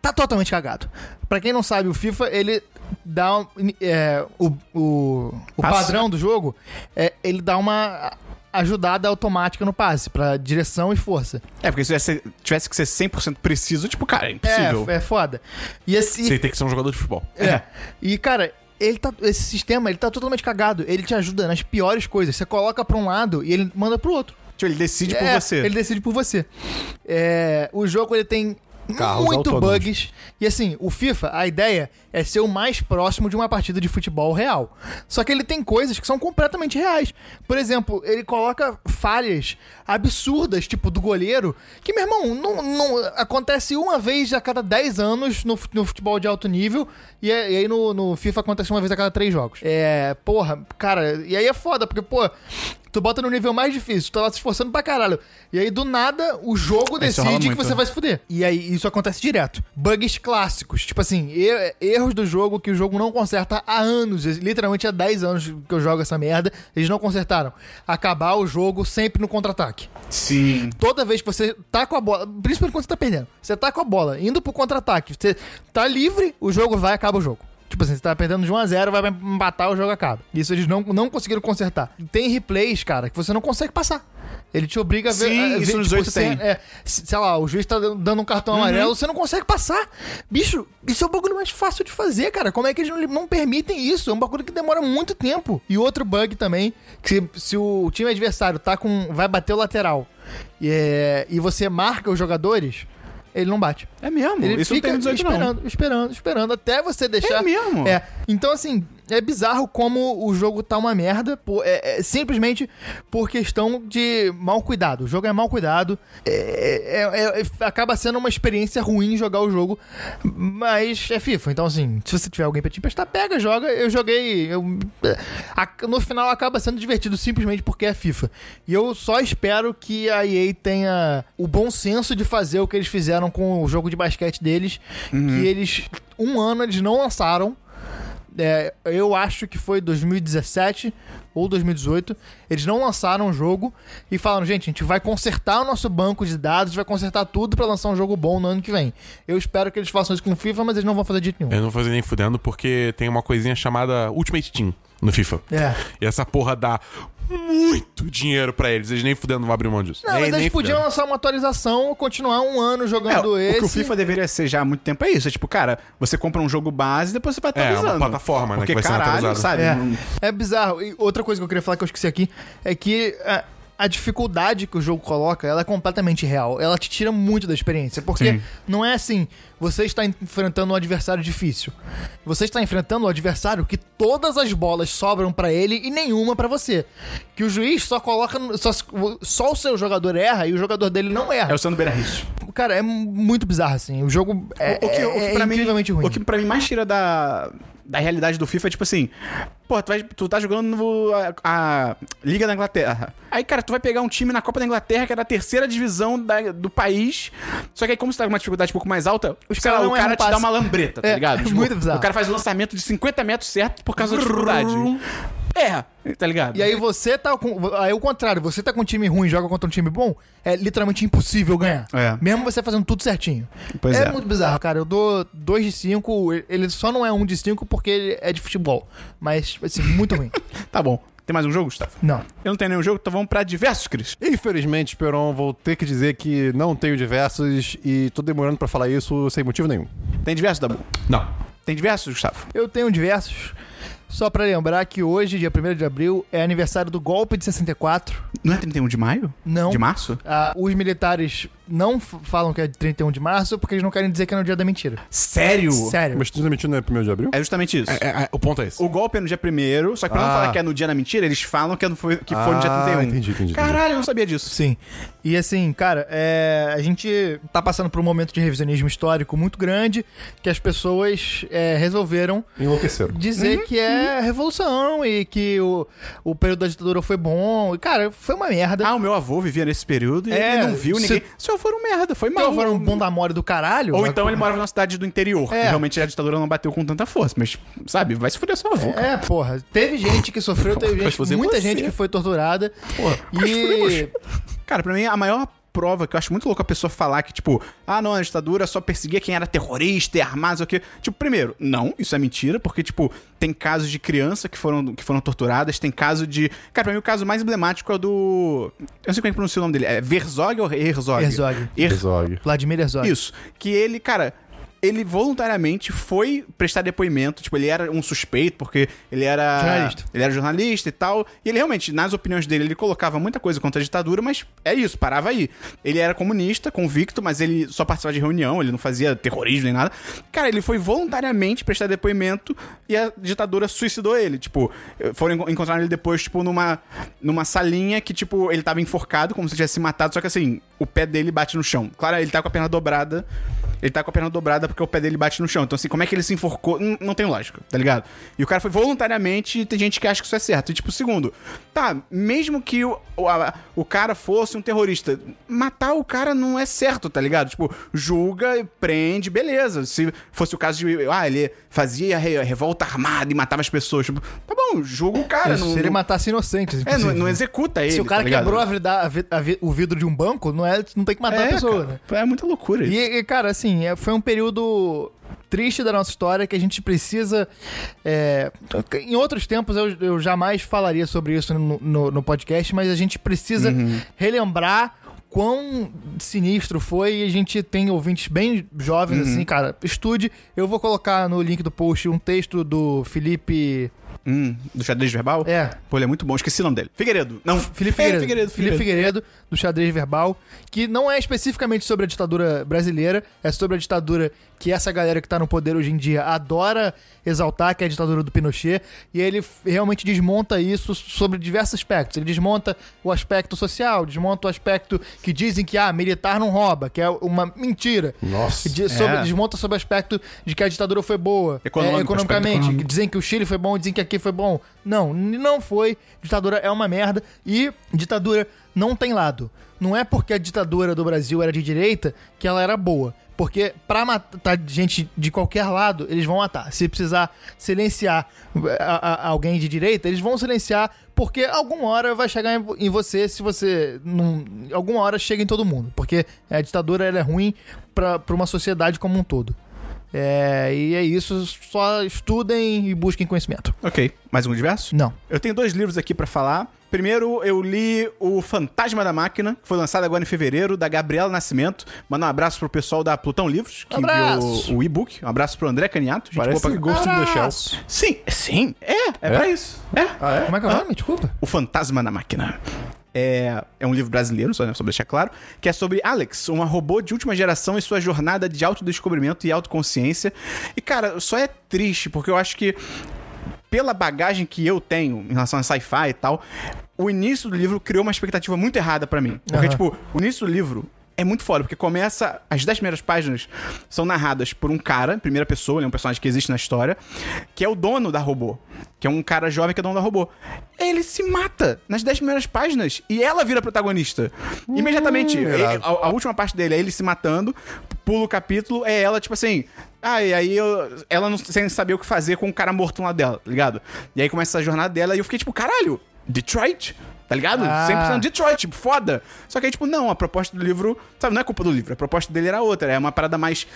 S4: tá totalmente cagado. Pra quem não sabe, o FIFA, ele dá um, é, o, o, o
S1: Passe.
S4: padrão do jogo, é, ele dá uma ajudada automática no passe, pra direção e força.
S1: É, porque se tivesse- tivesse que ser 100% preciso, tipo, cara, é impossível.
S4: É, é foda. E esse,
S3: Você tem que ser um jogador de futebol.
S4: É. E, cara, ele tá, esse sistema, ele tá totalmente cagado. Ele te ajuda nas piores coisas. Você coloca pra um lado e ele manda pro outro.
S1: Tipo, ele decide
S4: É,
S1: por você.
S4: Ele decide por você. É, o jogo, ele tem
S2: Carros
S4: muito
S2: autônomos.
S4: bugs. E assim, o FIFA, a ideia é ser o mais próximo de uma partida de futebol real. Só que ele tem coisas que são completamente reais. Por exemplo, ele coloca falhas absurdas, tipo do goleiro, que, meu irmão, não, não- acontece uma vez a cada 10 anos no, fu- no futebol de alto nível. E, é- e aí no, no FIFA acontece uma vez a cada 3 jogos. É, porra, cara, e aí é foda, porque, pô. Tu bota no nível mais difícil, tu tá lá se esforçando pra caralho. E aí, do nada, o jogo
S1: rola
S4: decide que
S1: muito. né?
S4: você vai vai se fuder. E aí, isso acontece direto. Bugs clássicos. Tipo assim, er- erros do jogo que o jogo não conserta há anos. Literalmente há 10 anos que eu jogo essa merda. Eles não consertaram. Acabar o jogo sempre no contra-ataque.
S1: Sim.
S4: Toda vez que você tá com a bola, principalmente quando você tá perdendo, você tá com a bola, indo pro contra-ataque, você tá livre, o jogo vai, acaba o jogo. Tipo assim, você tá perdendo de 1x0, vai empatar, o jogo acaba. Isso eles não, não conseguiram consertar. Tem replays, cara, que você não consegue passar. Ele te obriga a ver.
S1: Sim,
S4: a ver,
S1: isso nos oito
S4: se-
S1: tem.
S4: é, se- sei lá, o juiz tá dando um cartão
S1: Uhum.
S4: amarelo, você não consegue passar. Bicho, isso é o bagulho mais fácil de fazer, cara. Como é que eles não, não permitem isso? É um bagulho que demora muito tempo. E outro bug também, que se, se o time adversário tá com. vai bater o lateral e, é, e você marca os jogadores, ele não bate.
S1: É mesmo.
S4: Ele
S1: isso não
S4: fica
S1: tem no 18, não.
S4: esperando, esperando, esperando, até você deixar.
S1: É mesmo?
S4: É. Então, assim, é bizarro como o jogo tá uma merda, por- é, é simplesmente por questão de mau cuidado. O jogo é mal cuidado, é- é- é- é- acaba sendo uma experiência ruim jogar o jogo, mas é FIFA. Então, assim, se você tiver alguém pra te emprestar, pega, joga. Eu joguei. eu- a- no final acaba sendo divertido simplesmente porque é FIFA. E eu só espero que a EA tenha o bom senso de fazer o que eles fizeram com o jogo de basquete deles, que eles. Um ano eles não lançaram, é, eu acho que foi 2017 ou 2018. Eles não lançaram o jogo e falaram: gente, a gente vai consertar o nosso banco de dados, vai consertar tudo pra lançar um jogo bom no ano que vem. Eu espero que eles façam isso com o FIFA, mas eles não vão fazer de jeito nenhum.
S3: Eu não vou fazer nem fudendo porque tem uma coisinha chamada Ultimate Team no FIFA.
S4: É.
S3: E essa porra dá muito dinheiro pra eles. Eles nem fudendo não vão abrir mão disso.
S4: Não,
S3: nem,
S4: mas
S3: nem
S4: eles podiam
S3: fudendo.
S4: lançar uma atualização, continuar um ano
S1: É,
S4: jogando
S1: o
S4: esse.
S1: que o FIFA deveria ser já há muito tempo é isso. É tipo, cara, você compra um jogo base e depois você vai
S3: É, uma
S1: atualizando.
S3: plataforma, né,
S1: Porque,
S3: que vai sendo
S1: caralho,
S3: atualizada.
S1: sabe?
S4: É,
S1: não-
S4: é bizarro. E outra coisa que eu queria falar que eu esqueci aqui é que a, a dificuldade que o jogo coloca, ela é completamente real. Ela te tira muito da experiência, porque
S1: Sim.
S4: não é assim, você está enfrentando um adversário difícil. Você está enfrentando um adversário que todas as bolas sobram pra ele e nenhuma pra você. Que o juiz só coloca no- só, só o seu jogador erra e o jogador dele não erra.
S1: É o Sandro Beira Rios.
S4: Cara, é muito bizarro assim. O jogo é, é
S1: pra mim-
S4: incrivelmente ruim.
S1: O que pra mim mais tira da, da realidade do FIFA é tipo assim: pô, tu, vai- tu tá jogando no- a, a Liga da Inglaterra. Aí, cara, tu vai pegar um time na Copa da Inglaterra, que é da terceira divisão da- do país. Só que aí, como você tá com uma dificuldade um pouco mais alta,
S4: Os
S1: sei lá,
S4: caras
S1: o
S4: não erram
S1: cara te
S4: passe.
S1: dá uma lambreta, tá
S4: É,
S1: ligado?
S4: é muito bizarro.
S1: O cara faz o lançamento de 50 metros certo por causa da dificuldade. Erra, tá ligado?
S4: E aí você tá com. Aí o contrário, você tá com um time ruim e joga contra um time bom, é literalmente impossível ganhar.
S1: É.
S4: Mesmo você fazendo tudo certinho.
S1: Pois é.
S4: muito bizarro, cara. Eu dou 2 de 5, ele só não é 1 um de 5 porque ele é de futebol. Mas, assim, muito ruim.
S1: Tá bom. Tem mais um jogo, Gustavo?
S4: Não.
S1: Eu não tenho nenhum jogo, então vamos pra diversos, Cris.
S2: Infelizmente, Peron, vou ter que dizer que não tenho diversos e tô demorando pra falar isso sem motivo nenhum.
S1: Tem diversos, Dabu?
S3: Não.
S1: Tem diversos, Gustavo?
S4: Eu tenho diversos. Só pra lembrar que hoje, dia 1 de abril, é aniversário do golpe de 64.
S1: Não é 31 de maio?
S4: Não.
S1: De março?
S4: Ah, os militares não f- falam que é de 31 de março porque eles não querem dizer que é no dia da mentira.
S1: Sério?
S4: Sério.
S2: Mas tu demitindo não é 1 de abril?
S1: É justamente isso.
S3: É, é, é, o ponto é esse.
S1: O golpe é no dia primeiro, só que pra não
S2: Ah.
S1: falar que é no dia da mentira, eles falam que, é no- foi, que foi no dia
S2: Ah,
S1: 31.
S2: entendi, entendi, entendi.
S1: Caralho, eu não sabia disso.
S4: Sim. E assim, cara, é, a gente tá passando por um momento de revisionismo histórico muito grande que as pessoas é, resolveram
S2: Enlouqueceram.
S4: dizer
S1: Uhum.
S4: que é revolução e que o, o período da ditadura foi bom. E, cara, foi uma merda.
S1: Ah, o meu avô vivia nesse período e
S4: É,
S1: ele não viu
S4: se-
S1: ninguém. Seu avô era um merda, foi mal.
S4: então foram um bom da mole do caralho.
S1: Ou
S4: mas-
S1: então ele morava numa cidade do interior.
S4: É.
S1: E realmente a ditadura não bateu com tanta força, mas, sabe, vai se fuder seu avô. cara.
S4: É, porra. Teve gente que sofreu, teve
S1: Mas
S4: gente,
S1: você- é
S4: muita
S1: você.
S4: gente que foi torturada.
S1: mas
S4: e
S1: Cara, pra mim, a maior prova que eu acho muito louco a pessoa falar que, tipo, ah, não, a ditadura só perseguia quem era terrorista e armado, sei o quê. Tipo, primeiro, não, isso é mentira, porque, tipo, tem casos de criança que foram, que foram torturadas, tem caso de... Cara, pra mim, o caso mais emblemático é o do... Eu não sei como é que pronuncia o nome dele. É Verzog ou Herzog?
S4: Herzog.
S1: Her-
S2: Zog.
S4: Vladimir Herzog.
S1: Isso. Que ele, cara... ele voluntariamente foi prestar depoimento. Tipo, ele era um suspeito, porque ele era.
S4: Jornalista.
S1: Ele era jornalista e tal. E ele realmente, nas opiniões dele, ele colocava muita coisa contra a ditadura, mas é isso, parava aí. Ele era comunista, convicto, mas ele só participava de reunião, ele não fazia terrorismo nem nada. Cara, ele foi voluntariamente prestar depoimento e a ditadura suicidou ele. Tipo, foram enco- encontrar ele depois, tipo, numa, numa salinha que, tipo, ele tava enforcado, como se tivesse se matado, só que assim, o pé dele bate no chão. Claro, ele tá com a perna dobrada. Ele tá com a perna dobrada porque o pé dele bate no chão. Então, assim, como é que ele se enforcou? N- Não tem lógica, tá ligado? E o cara foi voluntariamente e tem gente que acha que isso é certo. E, tipo, segundo, tá, mesmo que o, o, a- o cara fosse um terrorista, matar o cara não é certo, tá ligado? Tipo, julga, prende, beleza. Se fosse o caso de, ah, ele fazia re- revolta armada e matava as pessoas. Tipo, tá bom, julga o cara. não,
S4: É, se ele
S1: não-
S4: matasse inocentes,
S1: é, não,
S4: inclusive.
S1: não executa ele.
S4: Se o cara
S1: tá ligado?
S4: quebrou a vida- a vi- a vi- o vidro de um banco, não, é, não tem que matar a
S1: é,
S4: pessoa, né?
S1: cara, é muita loucura isso.
S4: E, e, cara, assim, é- foi um período triste da nossa história que a gente precisa. é, em outros tempos eu, eu jamais falaria sobre isso no, no- no podcast, mas a gente precisa relembrar quão sinistro foi e a gente tem ouvintes bem jovens, assim, cara. Estude. Eu vou colocar no link do post um texto do Felipe.
S1: Hum, do xadrez verbal?
S4: É.
S1: Pô, ele é muito bom, esqueci o nome dele. Figueiredo. Não,
S4: Felipe
S1: É,
S4: Figueiredo,
S1: Figueiredo,
S4: Felipe Figueiredo, do xadrez verbal, que não é especificamente sobre a ditadura brasileira, é sobre a ditadura que essa galera que tá no poder hoje em dia adora exaltar, que é a ditadura do Pinochet, e ele f- realmente desmonta isso sobre diversos aspectos. Ele desmonta o aspecto social, desmonta o aspecto que dizem que ah, militar não rouba, que é uma mentira.
S2: Nossa.
S4: De- sobre-
S1: É.
S4: Desmonta sobre o aspecto de que a ditadura foi boa
S1: Econômico,
S4: é,
S1: aspecto
S4: economicamente.
S1: econômico.
S4: Dizem que o Chile foi bom, dizem que aqui foi bom. Não, n- não foi. Ditadura é uma merda e ditadura não tem lado. Não é porque a ditadura do Brasil era de direita que ela era boa. Porque pra matar gente de qualquer lado, eles vão matar. Se precisar silenciar eh, a- a- alguém de direita, eles vão silenciar porque alguma hora vai chegar em vo- em você se você. Não, alguma hora chega em todo mundo. Porque a ditadura ela é ruim pra pra uma sociedade como um todo. É, e é isso. Só estudem e busquem conhecimento.
S1: Ok, mais um diverso?
S4: Não.
S1: Eu tenho dois livros aqui pra falar. Primeiro, eu li O Fantasma da Máquina, que foi lançado agora em fevereiro, da Gabriela Nascimento. Manda um abraço pro pessoal da Plutão Livros, que
S4: Abraço.
S1: enviou o e-book. Um abraço pro André Caniato. gente
S2: Parece
S1: boa pra-
S2: Ghost in the Shell.
S1: Sim, sim. É, é, pra isso. É.
S4: Como é que é o nome? Desculpa.
S1: O Fantasma na Máquina. É, é um livro brasileiro, só, né, só pra deixar claro, que é sobre Alex, uma robô de última geração e sua jornada de autodescobrimento e autoconsciência. E, cara, só é triste, porque eu acho que, pela bagagem que eu tenho em relação a sci-fi e tal, o início do livro criou uma expectativa muito errada pra mim. Porque,
S4: Aham.
S1: tipo, o início do livro. É muito foda, porque começa. As dez primeiras páginas são narradas por um cara, em primeira pessoa, ele é um personagem que existe na história, que é o dono da robô. Que é um cara jovem que é dono da robô. Ele se mata nas dez primeiras páginas e ela vira a protagonista. Imediatamente. ele- a, a última parte dele é ele se matando, pula o capítulo, é ela, tipo assim. Ah, e aí eu- ela não sem saber o que fazer com o cara morto lá dela, tá ligado? E aí começa a jornada dela e eu fiquei tipo, caralho, Detroit? Tá ligado?
S4: Ah.
S1: 100% Detroit, tipo, foda. Só que aí, tipo, não, a proposta do livro, sabe, não é culpa do livro, a proposta dele era outra, é uma parada mais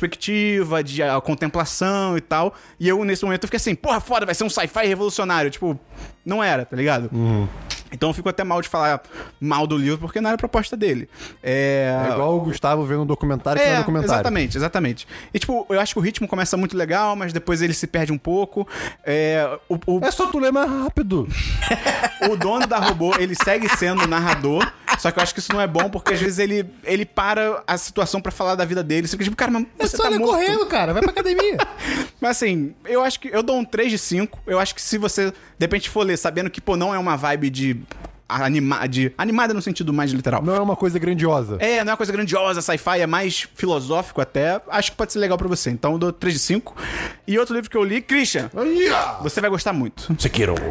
S1: introspectiva, de ah, contemplação e tal. E eu, nesse momento, eu fiquei assim, porra, foda, vai ser um sci-fi revolucionário. Tipo, não era, tá ligado?
S2: Uhum.
S1: Então eu fico até mal de falar mal do livro, porque não era a proposta dele. É,
S2: É igual o Gustavo vendo um documentário que não é documentário.
S1: Exatamente, exatamente. E tipo, eu acho que o ritmo começa muito legal, mas depois ele se perde um pouco. É, o, o-
S2: É só tu ler mais rápido.
S1: o dono da robô, ele segue sendo o narrador, só que eu acho que isso não é bom, porque às vezes ele, ele para a situação pra falar da vida dele. Você fica tipo, cara, mas
S4: É
S1: você
S4: só
S1: tá
S4: ele
S1: morto.
S4: correndo, cara. Vai pra academia.
S1: Mas assim, eu acho que eu dou um 3 de 5. Eu acho que se você, de repente, for ler sabendo que, pô, não é uma vibe de... Anima, de animada no sentido mais literal.
S2: Não é uma coisa grandiosa.
S1: É, não é uma coisa grandiosa, sci-fi, é mais filosófico até. Acho que pode ser legal pra você. Então eu dou 3 de 5. E outro livro que eu li, Christian, você vai gostar muito.
S3: Sekiro.
S2: um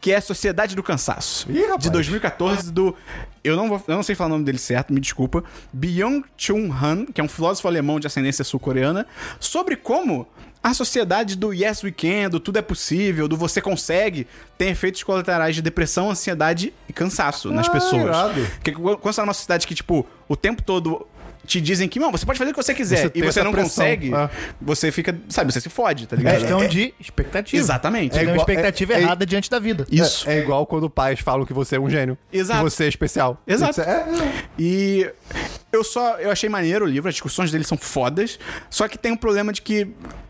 S1: Que é Sociedade do Cansaço.
S2: Ih, rapaz.
S1: de 2014, do. Eu não, vou, eu não sei falar o nome dele certo, me desculpa. Byung Chun Han, que é um filósofo alemão de ascendência sul-coreana, sobre como a sociedade do Yes We Can, do Tudo é Possível, do Você Consegue, tem efeitos colaterais de depressão, ansiedade e cansaço nas
S2: Ah,
S1: pessoas.
S2: irado.
S1: Porque quando você tá numa sociedade que, tipo, o tempo todo te dizem que, não, você pode fazer o que você quiser
S2: Você
S1: e
S2: tem
S1: você
S2: essa
S1: não
S2: pressão.
S1: consegue,
S2: Ah.
S1: você fica, sabe, você se fode, tá ligado?
S4: Questão de expectativa.
S1: Exatamente.
S4: Você tem
S1: É
S4: uma
S1: igual-
S4: expectativa
S2: é- é-
S4: errada diante da vida.
S1: Isso.
S2: É, é igual quando pais falam que você é um gênio.
S1: Exato.
S2: Que você é especial.
S1: Exato.
S2: Você é-
S1: E Eu só. Eu achei maneiro o livro, as discussões dele são fodas. Só que tem um problema de que.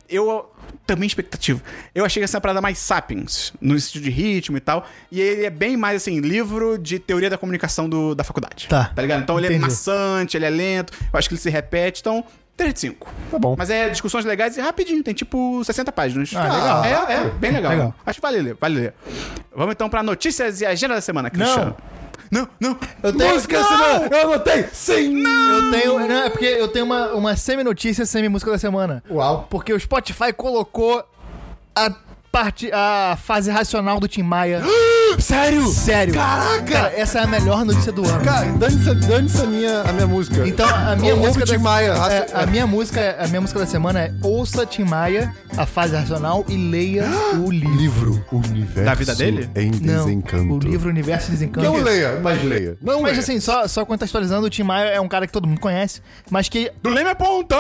S1: Eu. Também expectativa. Eu achei que essa parada mais sapiens, no sentido de ritmo e tal. E ele é bem mais assim, livro de teoria da comunicação do, da faculdade.
S4: Tá.
S1: Tá ligado? Então ele é
S4: Entendi.
S1: maçante, ele é lento, eu acho que ele se repete, então. 3 de 5.
S2: Tá bom.
S1: Mas é discussões legais e rapidinho, tem tipo 60 páginas.
S4: Ah, legal.
S1: É, é, bem legal.
S4: Legal.
S1: Acho que vale ler, vale ler. Vamos então pra notícias e agenda da semana, Cristiano. Não, não.
S4: Eu tenho-
S2: Música
S4: Não!
S2: semana! Eu anotei! Sim!
S4: Eu tenho. Não, é porque eu tenho uma, uma semi-notícia, semi-música da semana.
S2: Uau.
S4: Porque o Spotify colocou a parte. a fase racional do Tim Maia.
S2: Sério?
S4: Sério.
S2: Caraca!
S4: Cara, essa é a melhor notícia do ano.
S2: Cara, dane-se dane-se a minha, a minha música.
S4: Então, a minha
S2: Ouve
S4: música
S2: Tim
S4: da
S2: Maia, raci-
S4: é, a minha música, a minha música da semana é Ouça Tim Maia, a fase racional e leia o livro.
S2: Livro Universo
S1: Da vida dele?
S2: em
S4: Não,
S2: Desencanto.
S4: o livro Universo Desencanto.
S2: Não leia, mas leia. Não
S4: Mas
S2: leia.
S4: assim, só, só contextualizando, o Tim Maia é um cara que todo mundo conhece, mas que
S1: Do Leme aponta!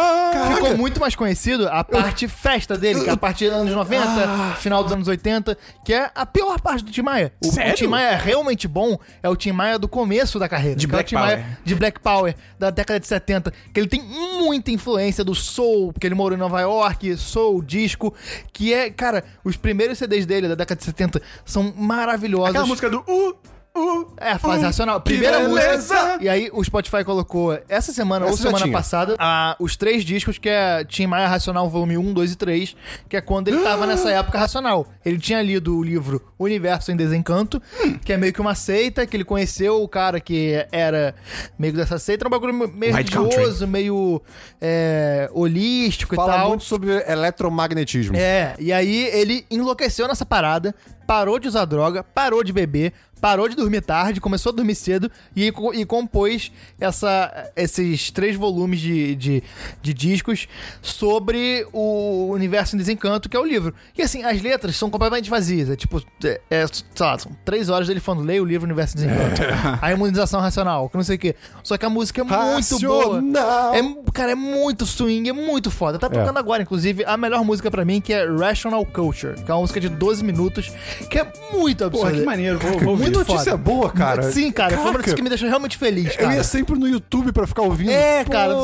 S4: ficou muito mais conhecido a parte festa dele, que é a parte dos anos 90,
S1: Ah.
S4: final dos anos 80, que é a pior parte do Tim Maia. O,
S1: Sério?
S4: o Tim Maia realmente bom é o Tim Maia do começo da carreira.
S1: De
S4: que é o
S1: Black
S4: Tim Maia
S1: Power.
S4: De Black Power, da década de 70, que ele tem muita influência do soul, porque ele morou em Nova York, soul, disco, que é, cara, os primeiros CDs dele da década de 70 são maravilhosos.
S1: Aquela música do U, U.
S4: É, a fase
S1: U,
S2: Hum,
S4: racional.
S1: que
S4: Primeira
S1: beleza.
S4: música. E aí o Spotify colocou essa semana
S2: Essa
S4: ou
S2: já
S4: semana
S2: tinha.
S4: passada a- os três discos que é Tim Maia Racional Volume 1, 2 e 3, que é quando ele tava
S2: Ah!
S4: nessa época racional. Ele tinha lido o livro Universo em Desencanto,
S2: Hum.
S4: que é meio que uma seita, que ele conheceu o cara que era meio que dessa seita, era um bagulho meio
S1: White Country.
S4: religioso, meio é, holístico e
S2: Fala
S4: tal.
S2: muito sobre eletromagnetismo.
S4: É, e aí ele enlouqueceu nessa parada, parou de usar droga, parou de beber, parou de dormir tarde, começou a dormir cedo e, co- e compôs essa, esses três volumes de, de, de discos sobre o universo em desencanto, que é o livro. E assim, as letras são completamente vazias. É tipo, é, é, sei lá, são três horas dele falando, leia o livro Universo em Desencanto. A imunização racional, que não sei o quê. Só que a música é muito boa.
S2: Racional.
S4: É é- cara, é muito swing, é muito foda. Tá tocando agora, inclusive, a melhor música pra mim, que é Rational Culture, que é uma música de 12 minutos, que é muito absurda.
S1: Porra, que maneiro, vou, vou ouvir.
S2: muito notícia boa, cara.
S4: Sim, cara, é foi uma
S2: Caraca.
S4: notícia que me deixou realmente feliz,
S2: Eu
S4: cara.
S2: ia sempre no YouTube pra ficar ouvindo.
S4: É,
S2: Pô.
S4: cara,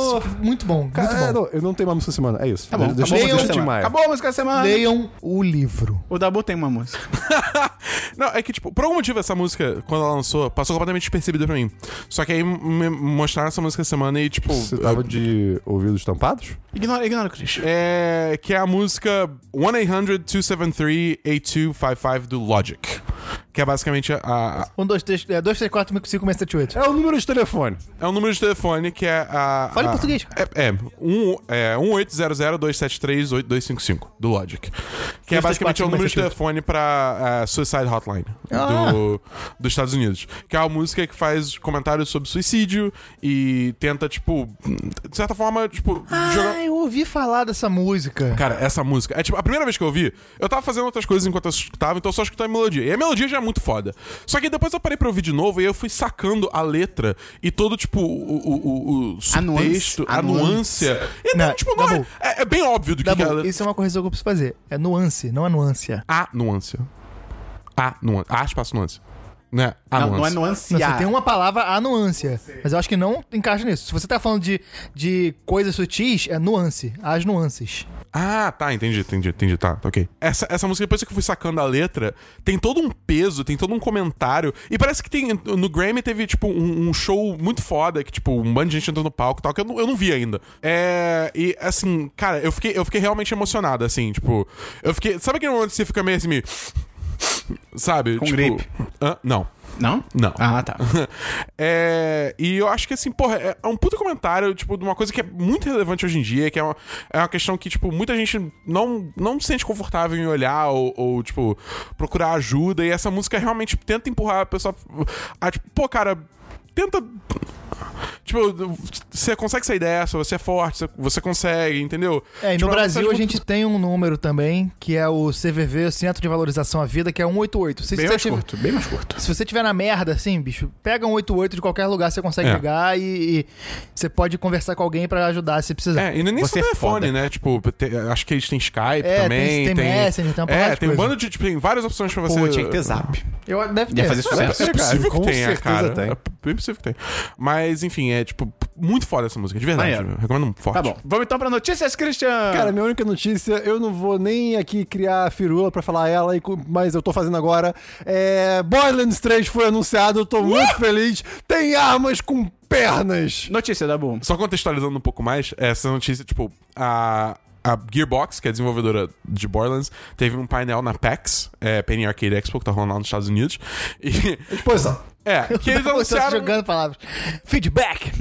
S4: muito bom, muito
S2: Cara, é,
S4: bom.
S2: não, eu não tenho uma música da semana, é isso.
S1: Tá bom, acabou
S2: deixa
S1: a
S2: eu
S1: música da
S2: deixa eu Tim
S1: semana.
S2: Maia.
S1: Acabou a música da semana.
S4: Leiam o livro.
S1: O Dabu tem uma música.
S3: Não, é que, tipo, por algum motivo essa música, quando ela lançou, passou completamente despercebida pra mim. Só que aí me mostraram essa música essa semana e, tipo.
S2: Você tava de ouvidos tampados?
S1: Ignora, ignora o Christian.
S3: É. Que é a música 1-800-273-8255 do Logic. Que é basicamente a- a.
S4: Um, dois, três, é, dois, três, quatro, cinco, cinco, seis, sete, oito.
S2: É o número de telefone.
S3: É um número de telefone que é a.
S4: Fala em
S3: a-
S4: português, cara.
S3: É, é, um, é 1800-273-8255 do Logic. Que é basicamente o número de telefone pra ah, Suicide Hotline
S4: Ah.
S3: do, dos Estados Unidos. Que é uma música que faz comentários sobre suicídio e tenta, tipo, de certa forma, tipo, jogar.
S4: Ah, eu ouvi falar dessa música.
S3: Cara, essa música. É tipo, a primeira vez que eu ouvi, eu tava fazendo outras coisas enquanto eu escutava, então eu só escutava a melodia. E a melodia já é muito foda. Só que depois eu parei pra ouvir de novo e eu fui sacando a letra e todo, tipo, o, o, o, o
S1: A nuance.
S3: subtexto, a,
S1: A nuance.
S3: nuance. E não,
S4: Não,
S3: tipo, não é,
S4: Dabu.
S3: é, é bem óbvio do que, que
S4: Dabu,
S3: é a letra.
S4: isso é uma correção que eu preciso fazer. É nuance, não é nuância.
S3: A nuance. A nuance. A espaço nuance. Né? A
S1: Não,
S3: nuance.
S1: não é nuance.
S4: Não, Você tem uma palavra a nuância, mas eu acho que não encaixa nisso. Se você tá falando de, de coisas sutis, é nuance, as nuances.
S3: Ah, tá, entendi, entendi, entendi, tá, tá, ok. Essa, essa música, depois que eu fui sacando a letra, tem todo um peso, tem todo um comentário. E parece que tem. No Grammy teve, tipo, um, um show muito foda, que, tipo, um bando de gente entrou no palco e tal, que eu não, eu não vi ainda. É. E, assim, cara, eu fiquei, eu fiquei realmente emocionado, assim, tipo. Eu fiquei. Sabe aquele momento que você fica meio assim, meio. Sabe?
S1: Com
S3: tipo.
S1: gripe.
S3: hã? não.
S1: Não?
S3: Não.
S1: Ah, tá.
S3: É, e eu acho que assim, porra, é é um puto comentário, tipo, de uma coisa que é muito relevante hoje em dia, que é uma, é uma questão que, tipo, muita gente não, não se sente confortável em olhar ou, ou, tipo, procurar ajuda. E essa música realmente tenta empurrar a pessoa a, tipo, pô, cara, tenta. Tipo, você consegue sair dessa, você é forte, você- você consegue, entendeu?
S4: É, e
S3: Tipo,
S4: no
S3: uma
S4: Brasil a
S3: mensagem
S4: gente tem um número também, que é o CVV, Centro de Valorização à Vida, que é 188. Se,
S1: Bem
S4: você,
S1: mais
S4: tiver,
S1: curto, bem mais curto.
S4: se você tiver na merda, assim, bicho, pega um 88 de qualquer lugar, você consegue
S3: É.
S4: ligar e, e você pode conversar com alguém pra ajudar se precisar.
S3: É, e não é nem só
S1: Você é
S3: telefone,
S1: foda.
S3: né? Tipo, te- acho que eles têm Skype
S4: É,
S3: também.
S4: tem- tem Messenger, tem uma porrada
S3: É,
S4: de
S3: tem um
S4: coisa.
S3: bando de. Tipo, tem várias opções pra você.
S1: Pô, tinha que ter
S3: Tá
S1: zap.
S4: Eu, deve
S1: Ia
S4: ter.
S1: fazer
S3: É
S1: sucesso.
S3: possível
S2: É possível,
S3: que
S2: com
S3: tenha,
S2: certeza
S3: cara.
S2: tem.
S3: É bem possível que tenha. Mas, enfim, é tipo. Muito muito foda essa música, de verdade.
S1: Maneiro.
S3: Eu recomendo forte.
S1: Tá bom. Vamos então pra notícias, Christian.
S2: Cara, minha única notícia, eu não vou nem aqui criar firula pra falar ela, e co- mas eu tô fazendo agora. É, Borderlands 3 foi anunciado, eu tô muito feliz. Tem armas com pernas.
S1: notícia da Boom.
S3: Só contextualizando um pouco mais, essa notícia, tipo, a, a Gearbox, que é a desenvolvedora de Borderlands, teve um painel na PAX, é, Penny Arcade Expo, que tá rolando lá nos Estados Unidos. E,
S2: Exposição.
S3: é, que eles
S4: Você tá
S3: anunciaram...
S4: jogando palavras. Feedback.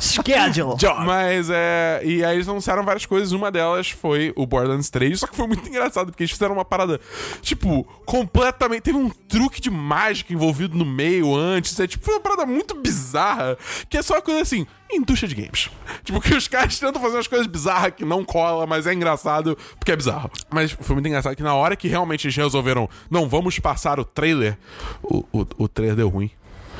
S4: Schedule.
S3: Mas é. E aí eles anunciaram várias coisas. Uma delas foi o Borderlands 3. Só que foi muito engraçado, porque eles fizeram uma parada, tipo, completamente. Teve um truque de mágica envolvido no meio antes. É tipo, foi uma parada muito bizarra. Que é só uma coisa assim. Indústria de games. Tipo, que os caras tentam fazer umas coisas bizarras que não cola, mas é engraçado porque é bizarro. Mas foi muito engraçado que na hora que realmente eles resolveram, não, vamos passar o trailer, o, o, o trailer deu ruim.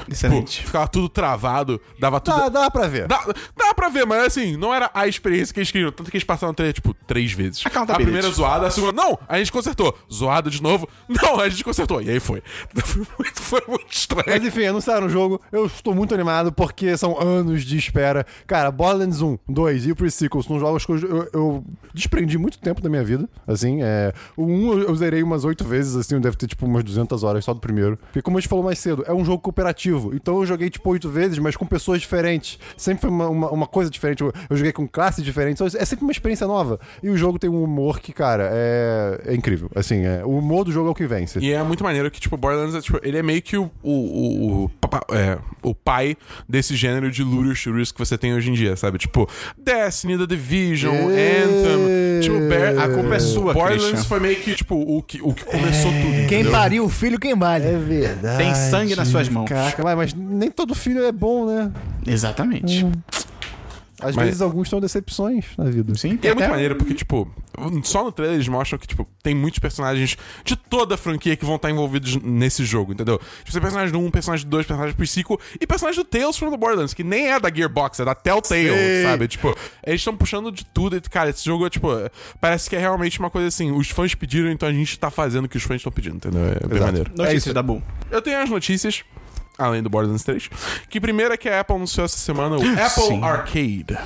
S3: Pô,
S1: Excelente.
S3: ficava tudo travado, dava tudo.
S2: Dá, dá pra ver.
S3: Dá, dá pra ver, mas assim, não era a experiência que eles queriam. Tanto que eles passaram o trailer, tipo, três vezes. A
S1: Accountability.
S3: primeira zoada, a segunda, não, a gente consertou. Zoada de novo, não, a gente consertou. E aí foi. Foi muito, foi muito estranho.
S2: Mas enfim, anunciaram o jogo. Eu estou muito animado porque são anos de espera. Cara, Borderlands 1, 2 e o Pre-Sequel são jogos que eu, eu- eu desprendi muito tempo da minha vida. Assim, é. O 1 eu, eu zerei umas 8 vezes, assim, deve ter tipo umas 200 horas só do primeiro. Porque, como a gente falou mais cedo, é um jogo cooperativo. Então eu joguei tipo 8 vezes, mas com pessoas diferentes. Sempre foi uma, uma, uma coisa diferente. Eu, eu joguei com classes diferentes. Então, É sempre uma experiência nova. E o jogo tem um humor que, cara, é, é incrível. Assim, é, o humor do jogo é o que vence.
S3: E é muito maneiro que, tipo, Borderlands é, tipo, ele é meio que o, o, o, o papa- é, o pai desse gênero de looter shooters que você tem hoje em dia, sabe? Tipo, Destiny, The Division, Anthem. Tipo, Bear,
S1: A culpa é sua,
S3: Borderlands
S1: Christian.
S3: foi meio que, tipo, o que, o que começou tudo.
S4: Quem
S3: entendeu?
S4: pariu o filho, quem vale.
S2: É verdade.
S1: Tem sangue nas suas mãos.
S2: Caraca, mas, mas nem todo filho é bom, né?
S1: Exatamente.
S2: Às
S3: Mas-
S2: vezes alguns são decepções na vida.
S1: Sim,
S3: E
S1: tem
S3: é muito
S1: até-
S3: maneiro, porque, tipo, só no trailer eles mostram que, tipo, tem muitos personagens de toda a franquia que vão estar envolvidos nesse jogo, entendeu? Tipo, tem personagem do 1, personagem do 2, personagem do Psycho e personagem do Tales from the Borderlands, que nem é da Gearbox, é da Telltale, sabe? Tipo, eles estão puxando de tudo e, cara, esse jogo é, tipo, parece que é realmente uma coisa assim, os fãs pediram, então a gente tá fazendo o que os fãs estão pedindo, entendeu? É bem maneiro.
S2: É
S1: Notícias
S2: isso.
S1: da Boom.
S3: Eu tenho as notícias, além do Borderlands 3, que primeiro é que a Apple anunciou essa semana o Apple
S1: Sim.
S3: Arcade,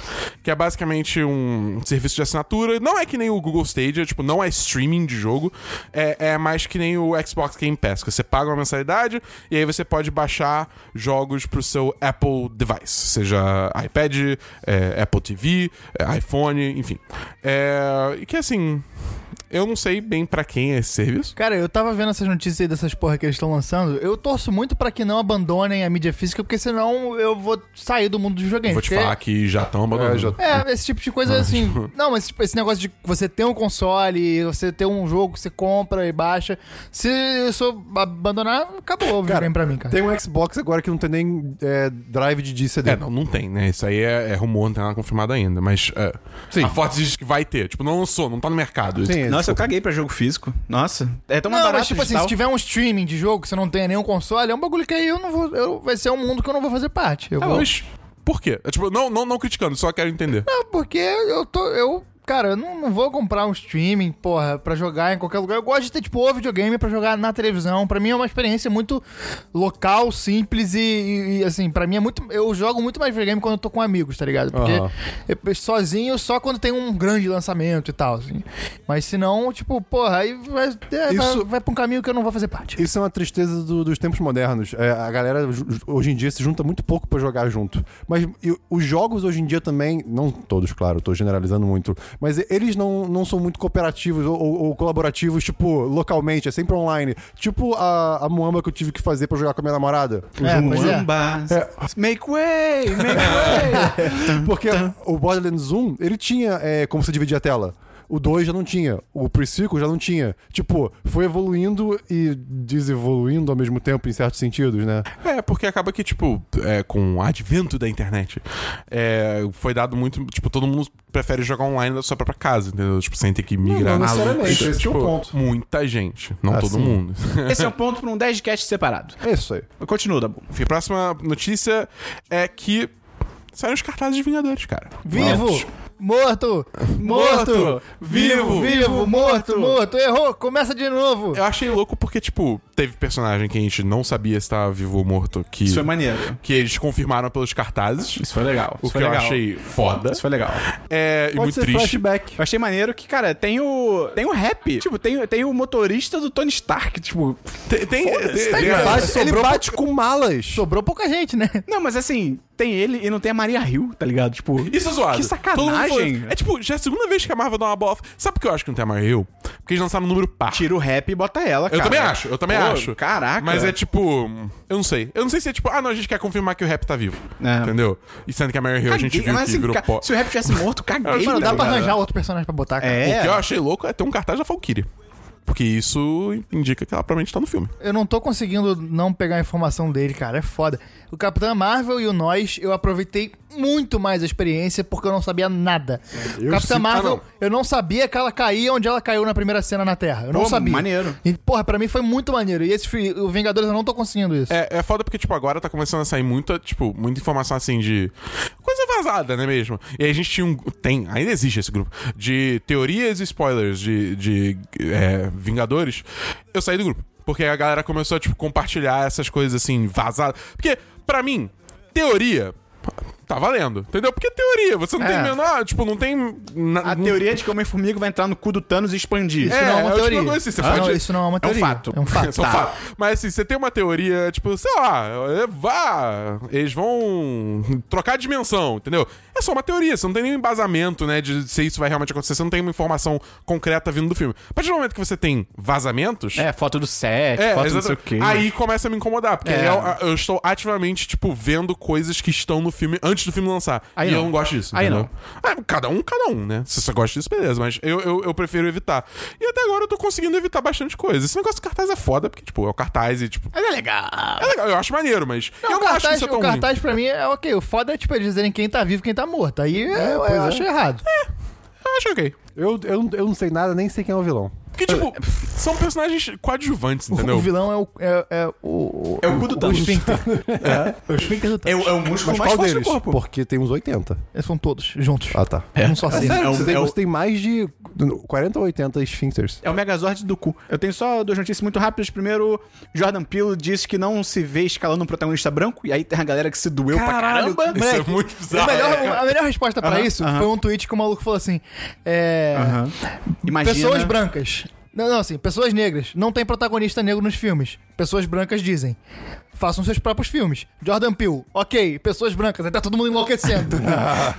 S3: que é basicamente um serviço de assinatura. Não é que nem o Google Stadia, tipo, não é streaming de jogo, é, é mais que nem o Xbox Game Pass, que você paga uma mensalidade e aí você pode baixar jogos pro seu Apple device, seja iPad, é, Apple TV, é, iPhone, enfim. É, e que assim, eu não sei bem pra quem é esse serviço.
S4: Cara, eu tava vendo essas notícias aí dessas porra que eles estão lançando. Eu torço muito pra que não abandonem a mídia física, porque senão eu vou sair do mundo dos videogames.
S3: Vou te
S4: porque-
S3: falar que já estão abandonando.
S2: É, já-
S4: É, esse tipo de coisa assim. Não, mas tipo, esse negócio de você ter um console, você ter um jogo que você compra e baixa. Se isso abandonar, acabou o videogame pra mim, cara.
S2: Tem um Xbox agora que não tem nem é, drive de DCD.
S3: É, não, não tem, né? Isso aí é, é rumor, não tem nada confirmado ainda. Mas é,
S2: Sim.
S3: a Fox diz que vai ter. Tipo, não lançou, não tá no mercado.
S2: Sim, é,
S1: Nossa, eu caguei pra jogo físico. Nossa. É tão mais
S4: Não,
S1: barato
S4: mas tipo assim,
S1: digital.
S4: se tiver um streaming de jogo que você não tenha nenhum console, é um bagulho que aí eu não vou. eu- vai ser um mundo que eu não vou fazer parte. Eu
S3: Tá
S4: vou-
S3: bom. Mas por quê? É, tipo, não, não, não criticando, só quero entender.
S4: Ah, porque eu tô. Eu, cara, eu não, não vou comprar um streaming, porra, pra jogar em qualquer lugar. Eu gosto de ter, tipo, o videogame pra jogar na televisão. Pra mim é uma experiência muito local, simples e, e- e, assim, pra mim é muito. Eu jogo muito mais videogame quando eu tô com amigos, tá ligado? Porque
S2: Aham.
S4: eu- sozinho só quando tem um grande lançamento e tal, assim. Mas se não, tipo, porra, aí vai, é, vai,
S2: Isso-
S4: vai pra um caminho que eu não vou fazer parte.
S2: Isso é uma tristeza do- dos tempos modernos. É, a galera ju- ju- hoje em dia se junta muito pouco pra jogar junto. Mas e os jogos hoje em dia também, não todos, claro, eu tô generalizando muito, mas e- eles não, não são muito cooperativos ou, ou- ou colaborativos, tipo, localmente, é sempre online. Tipo a, a muamba que eu tive que fazer pra jogar com a minha namorada.
S4: É, pois é.
S1: Muambas. Make way, make way.
S2: Porque o Borderlands 1, ele tinha é, como você dividir a tela. O 2 já não tinha. O Pre-Sequel já não tinha. Tipo, foi evoluindo e desevoluindo ao mesmo tempo, em certos sentidos, né?
S3: É, porque acaba que, tipo, é, com o advento da internet, é, foi dado muito. Tipo, todo mundo prefere jogar online da sua própria casa, entendeu? Tipo, sem ter que migrar.
S2: não necessariamente,
S3: Então,
S2: esse que é o ponto.
S3: Muita gente, não
S2: Ah,
S3: todo
S2: sim.
S3: mundo.
S1: Esse é um ponto pra um 10 cast separado.
S2: É isso aí.
S1: Continua, Dabu.
S3: Enfim, a próxima notícia é que saíram os cartazes de Vingadores, cara.
S4: Vivo!
S3: Prontos.
S4: Morto! Morto!
S3: Vivo!
S4: Vivo! Morto! Morto! Errou! Começa de novo!
S3: Eu achei louco porque, tipo, teve personagem que a gente não sabia se tava vivo ou morto, que,
S1: Isso foi maneiro.
S3: que eles confirmaram pelos cartazes,
S1: Isso foi legal.
S3: o
S1: Isso
S3: que
S1: foi legal.
S3: eu achei foda.
S1: Isso foi legal.
S3: É, e
S2: Pode
S3: muito
S2: ser
S3: triste.
S2: flashback.
S1: Eu achei maneiro que, cara, tem o. Tem o rap. Tipo, tem, tem o motorista do Tony Stark, tipo.
S3: Tem, tem, tem-
S4: tá
S3: tem-
S4: ligado?
S2: Bate- ele
S4: sobrou
S2: bate com malas.
S4: Sobrou pouca gente, né?
S1: Não, mas assim, tem ele e não tem a Maria Hill, tá ligado? Tipo.
S3: Isso é zoado.
S1: Que
S3: Todo mundo falou
S1: sacanagem.
S3: isso. É tipo, já é a segunda vez que a Marvel dá uma bola. Sabe por que eu acho que não tem a Marvel Hill? Porque eles lançaram um número par.
S1: Tira o rap e bota ela,
S3: Eu
S1: cara.
S3: também acho, eu também
S1: Pô,
S3: acho.
S1: Caraca.
S3: Mas é tipo. Eu não sei. Eu não sei se é tipo, ah, não, a gente quer confirmar que o rap tá vivo.
S1: É.
S3: Entendeu? E sendo que a Mary Hill a gente
S1: Caguei,
S3: viu
S1: mas,
S3: que
S1: assim,
S3: virou
S1: ca-
S3: pó.
S1: Se o rap tivesse morto, caguei. tá
S4: Não dá pra
S1: ligado?
S4: arranjar outro personagem pra botar, cara.
S3: O
S1: É.
S3: que eu achei louco é ter um cartaz da Valkyrie. Porque isso indica que ela provavelmente tá no filme.
S4: Eu não tô conseguindo não pegar a informação dele, cara. É foda. O Capitão Marvel e o Nós, eu aproveitei muito mais a experiência porque eu não sabia nada. o Capitão
S3: sim-
S4: Marvel,
S3: Ah, não.
S4: eu não sabia que ela caía onde ela caiu na primeira cena na Terra. Eu não
S1: Pô,
S4: sabia.
S1: maneiro.
S4: E, porra, pra mim foi muito maneiro. E esse fi- o Vingadores eu não tô conseguindo isso.
S3: É, é foda porque, tipo, agora tá começando a sair muita, tipo, muita informação assim de. Coisa vazada, né mesmo? E aí a gente tinha um. Tem, ainda existe esse grupo. De teorias e spoilers de, de é, Vingadores. Eu saí do grupo. Porque a galera começou a, tipo, compartilhar essas coisas assim, vazadas. Porque, pra mim, teoria. Tá valendo, entendeu? Porque é teoria, você não tem
S1: É.
S3: menor, tipo, não tem. na-
S1: A
S3: não-
S1: teoria é de que o Homem-Formiga vai entrar no cu do Thanos e expandir.
S4: Isso
S3: É,
S4: não é uma
S3: eu te
S4: teoria.
S3: pergunto assim, você
S4: Ah,
S3: pode-
S4: não, isso não é
S1: É
S4: uma
S1: um
S4: teoria.
S1: fato.
S4: É um fato.
S3: Só fala. Mas assim, você tem uma teoria, tipo, sei lá, é, vá, eles vão trocar de dimensão, entendeu? É só uma teoria, você não tem nenhum embasamento, né, de se isso vai realmente acontecer, você não tem uma informação concreta vindo do filme. A partir do momento que você tem vazamentos.
S1: É, foto do set,
S3: é,
S1: foto do não sei o
S3: exatamente.
S1: quê.
S3: aí começa a me incomodar, porque
S1: É.
S3: eu, eu estou ativamente, tipo, vendo coisas que estão no filme antes do filme lançar.
S1: Aí
S3: e eu
S1: não.
S3: não gosto disso.
S1: Aí
S3: entendeu? Ah, cada um, cada um, né? Se você gosta disso, beleza, mas eu, eu, eu prefiro evitar. E até agora eu tô conseguindo evitar bastante coisa. Esse negócio do cartaz é foda, porque, tipo, é o cartaz e, tipo,
S1: Mas é legal.
S3: é legal, eu acho maneiro, mas
S1: um
S4: Não,
S3: eu
S4: o
S3: não acho que
S4: cartaz,
S3: isso é tão
S4: o
S3: ruim.
S4: cartaz pra mim é ok. O foda é, tipo, eles dizerem quem tá vivo e quem tá morto. Aí eu, eu
S2: pois é.
S4: acho errado.
S3: Eu acho ok.
S2: Eu, eu, eu não sei nada, nem sei quem é o vilão.
S3: Porque, tipo, são personagens coadjuvantes,
S4: O-
S3: entendeu?
S4: O vilão é o. É, é o,
S1: É o cu do Thanos.
S4: é o esfíncter do
S1: É,
S4: Thanos.
S1: o- é o músculo mais
S2: Mas qual
S1: forte
S2: deles?
S1: do corpo.
S2: Porque tem uns 80.
S4: Eles São todos juntos.
S2: Ah, tá.
S4: Um só assim.
S1: sério? É um-
S2: você, tem,
S1: é um-
S2: você tem mais de 40 ou 80 esfíncteres.
S1: É o Megazord do cu. Eu tenho só duas notícias muito rápidas. Primeiro, Jordan Peele disse que não se vê escalando um protagonista branco. E aí tem a galera que se doeu pra caramba.
S3: Isso é
S4: moleque.
S3: muito
S4: O
S3: bizarro.
S4: melhor,
S3: É,
S4: a melhor resposta pra
S1: Aham,
S4: isso
S1: aham.
S4: foi um tweet que o maluco falou assim: é,
S1: Aham. Imagina.
S4: Pessoas brancas. Não, não, assim, pessoas negras. Não tem protagonista negro nos filmes. Pessoas brancas dizem. Façam seus próprios filmes. Jordan Peele, ok, pessoas brancas, aí tá todo mundo enlouquecendo.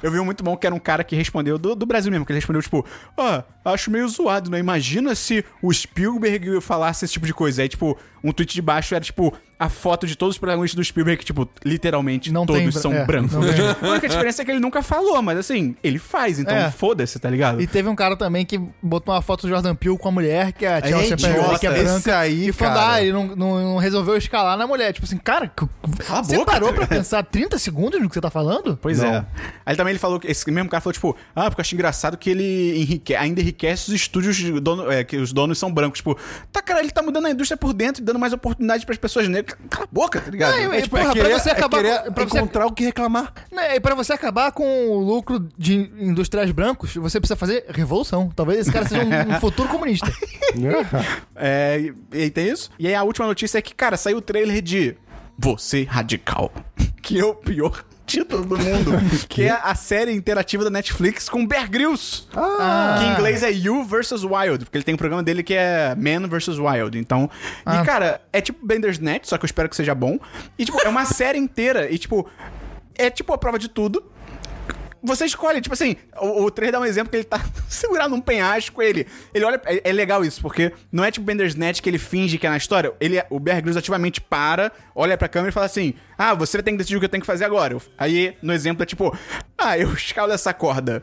S1: Eu vi um muito bom que era um cara que respondeu do, do Brasil mesmo, que ele respondeu tipo, ah, acho meio zoado, né? Imagina se o Spielberg falasse esse tipo de coisa. Aí, tipo, um tweet de baixo era tipo a foto de todos os protagonistas do Spielberg, que, tipo, literalmente
S4: Não
S1: todos
S4: tem bra-
S1: são
S4: é,
S1: brancos.
S4: não tem.
S1: A única diferença é que ele nunca falou, mas assim, ele faz, então
S4: É.
S1: foda-se, tá ligado?
S4: e teve um cara também que botou uma foto do Jordan Peele com a mulher, que é a Chelsea
S1: idiota.
S4: Perry, que é
S1: Esse
S4: branca.
S2: aí,
S4: e falando, ah, ele não, não- não resolveu escalar na mulher. Tipo assim, cara, que-
S1: Cala a
S4: você
S1: boca,
S4: parou
S1: tá
S4: pra
S1: ligado?
S4: pensar 30 segundos no que você tá falando?
S1: Pois
S2: Não.
S1: é. Aí também ele falou que esse mesmo cara falou, tipo, ah, porque eu acho engraçado que ele enrique- ainda enriquece os estúdios de dono- é, que os donos são brancos. Tipo, tá, cara, ele tá mudando a indústria por dentro e dando mais oportunidade pras pessoas negras. Cala a boca, tá ligado?
S4: É, eu-
S2: É, tipo, é
S4: Porra, pra
S2: querer-
S4: você
S2: é
S4: acabar
S2: querer
S4: com- pra você-
S2: encontrar o que reclamar.
S4: Né, E pra você acabar com o lucro de industriais brancos, você precisa fazer revolução. Talvez esse cara seja um, um futuro comunista.
S1: É, e- e aí tem isso. E aí a última notícia é que, cara, saiu o trailer de Você Radical. Que é o pior título do mundo. que é a série interativa da Netflix com Bear Grylls. Que em inglês é You vs Wild, porque ele tem um programa dele que é Man vs Wild. Então, e cara, é tipo Bender's Net, só que eu espero que seja bom. E tipo, é uma série inteira e tipo é tipo a prova de tudo. Você escolhe, tipo assim, o, o 3 dá um exemplo que ele tá segurado num penhasco, ele. Ele olha. É, é legal isso, porque não é tipo Bender's Net que ele finge que é na história. Ele, o Bear Grylls ativamente para, olha pra câmera e fala assim: Ah, você tem que decidir o que eu tenho que fazer agora. Aí, no exemplo, é tipo, ah, eu escalo essa corda.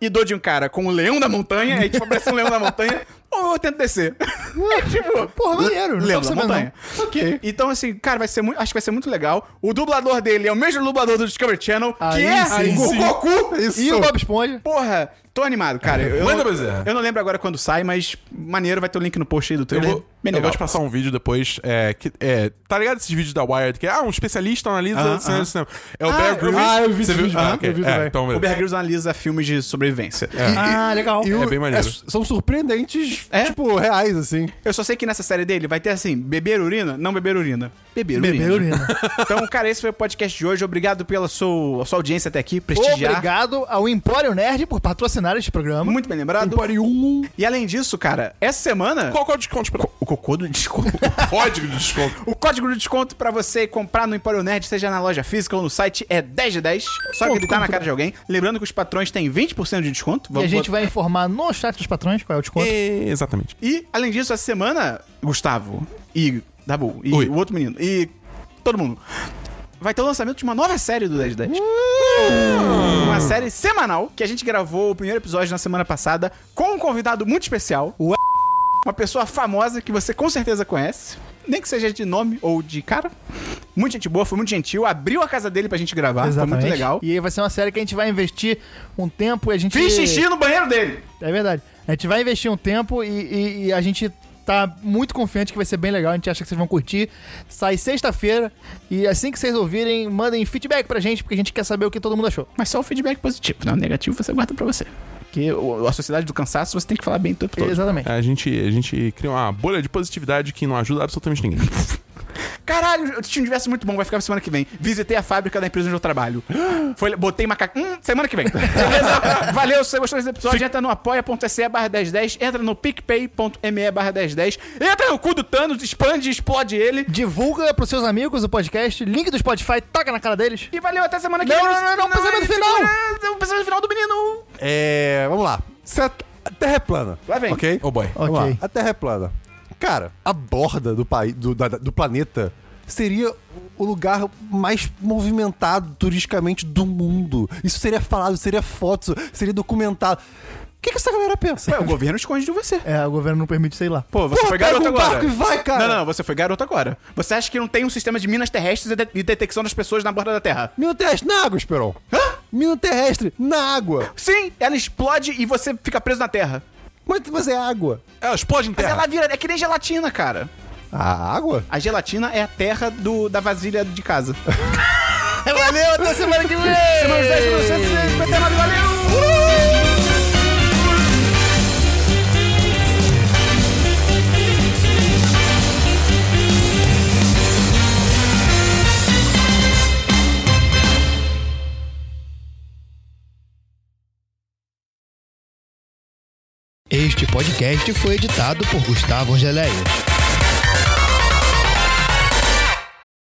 S1: E dou de um cara com o leão da montanha, aí tipo, aparece um leão da montanha. ou eu tento descer. tipo,
S4: Porra, maneiro, não tô
S1: lembra da
S4: sabendo,
S1: montanha.
S2: Ok.
S1: Então, assim, cara, vai ser muito, acho que vai ser muito legal. O dublador dele é o mesmo dublador do Discovery Channel,
S4: Aí
S1: que é
S3: sim.
S1: o
S3: Sim.
S1: Goku.
S2: Isso.
S4: E o Bob Esponja?
S1: Porra, tô animado, cara. Eu,
S3: É, Manda,
S1: não,
S3: Bezerra.
S1: eu não lembro agora quando sai, mas maneiro, vai ter o link no post aí do
S3: Eu
S1: trailer.
S3: vou,
S1: Bem
S3: eu vou
S1: legal.
S3: te passar um vídeo depois. É, que, é, tá ligado esses vídeos da Wired? Que é, ah, um especialista analisa
S1: Aham,
S3: o cinema,
S1: aham.
S3: cinema. É o
S1: Ah,
S3: Bear
S1: eu
S3: Grylls.
S1: vi esse
S2: Ah, eu vi
S3: Você
S2: esse
S3: viu?
S2: vídeo.
S3: Ah,
S2: Aham,
S3: ok.
S2: eu vi
S3: É,
S2: também.
S3: então,
S1: o
S3: beleza.
S1: Bear Grylls analisa filmes de sobrevivência.
S3: É.
S4: Ah, legal.
S2: E o- é,
S3: bem maneiro.
S2: são surpreendentes,
S1: É?
S2: tipo, reais, assim.
S1: Eu só sei que nessa série dele vai ter assim, beber urina, não beber urina. Beber urina.
S4: Bebeu urina.
S1: Então, cara, esse foi o podcast de hoje. Obrigado pela sua, sua audiência até aqui, prestigiar.
S4: Obrigado ao Empório Nerd por patrocinar este programa.
S1: Muito bem lembrado. E além disso, cara, essa semana...
S3: Qual, qual é o desconto? Pra...
S1: um. O cocô do desconto.
S3: Código de desconto.
S1: O código de desconto pra você comprar no Empório Nerd, seja na loja física ou no site, é 10 de 10. Só gritar na cara de alguém. Lembrando que os patrões têm 20% de desconto.
S4: E a
S1: Vamos
S4: gente vai informar no chat dos patrões qual é o desconto.
S3: É, exatamente.
S1: E, além disso, essa semana, Gustavo e Dabu e
S3: Oi.
S1: o outro menino e todo mundo vai ter o lançamento de uma nova série do 1010. Uma série semanal que a gente gravou o primeiro episódio na semana passada com um convidado muito especial. O uma pessoa famosa que você com certeza conhece. Nem que seja de nome ou de cara. Muito gente boa, foi muito gentil. Abriu a casa dele pra gente gravar. Foi muito legal.
S4: E aí vai ser uma série que a gente vai investir um tempo e a gente.
S1: Fiz xixi no banheiro dele.
S4: É verdade. A gente vai investir um tempo e, e- e a gente tá muito confiante que vai ser bem legal. A gente acha que vocês vão curtir. Sai sexta-feira e assim que vocês ouvirem, mandem feedback pra gente, porque a gente quer saber o que todo mundo achou.
S1: Mas só o feedback positivo, não o negativo você guarda pra você. Porque o- a sociedade do cansaço você tem que falar bem o tempo todo. É.
S4: Exatamente.
S3: A gente, a gente cria uma bolha de positividade que não ajuda absolutamente ninguém.
S1: Caralho, eu tinha um diverso muito bom, vai ficar pra semana que vem. Visitei a fábrica da empresa onde eu trabalho. Foi, botei macaco. Hum, semana que vem. Beleza? Valeu, se você gostou desse episódio, entra no apoia.se barra 1010, entra no picpay.me barra 1010, entra no cu do Thanos, expande, explode ele.
S4: Divulga pros seus amigos o podcast, link do Spotify, toca na cara deles.
S1: E valeu, até semana que
S4: Não,
S1: vem.
S4: não, não, não, pensamento final.
S1: segura- O pensamento final do menino.
S2: É, vamos lá. Se a a Terra é plana.
S1: Lá vem.
S2: Ok?
S3: Oh boy.
S2: Vamos
S4: Ok.
S2: lá. A Terra é plana. Cara, a borda do, país, do, da- do planeta seria o lugar mais movimentado turisticamente do mundo. Isso seria falado, seria foto, seria documentado. O que, que essa galera pensa?
S1: Ué, o governo esconde de você.
S4: É, o governo não permite, sei lá.
S1: Pô, você
S2: Porra,
S1: foi
S2: pega
S1: garoto
S2: um
S1: agora.
S2: barco e vai, cara.
S1: Não, não, você foi garoto agora. Você acha que não tem um sistema de minas terrestres e de- e detecção das pessoas na borda da Terra?
S2: Mina terrestre na água, Esperon. Hã? Mina terrestre na água.
S1: Sim, ela explode e você fica preso na Terra.
S2: Mas, mas é água.
S3: Ela explode em
S1: Mas
S3: terra.
S1: ela vira, é que nem gelatina, cara.
S2: A água?
S1: A gelatina é a terra do, da vasilha de casa.
S4: Valeu, até semana que vem!
S1: Semana dos 10, 1959, valeu!
S4: Este podcast foi editado por Gustavo Angeléia.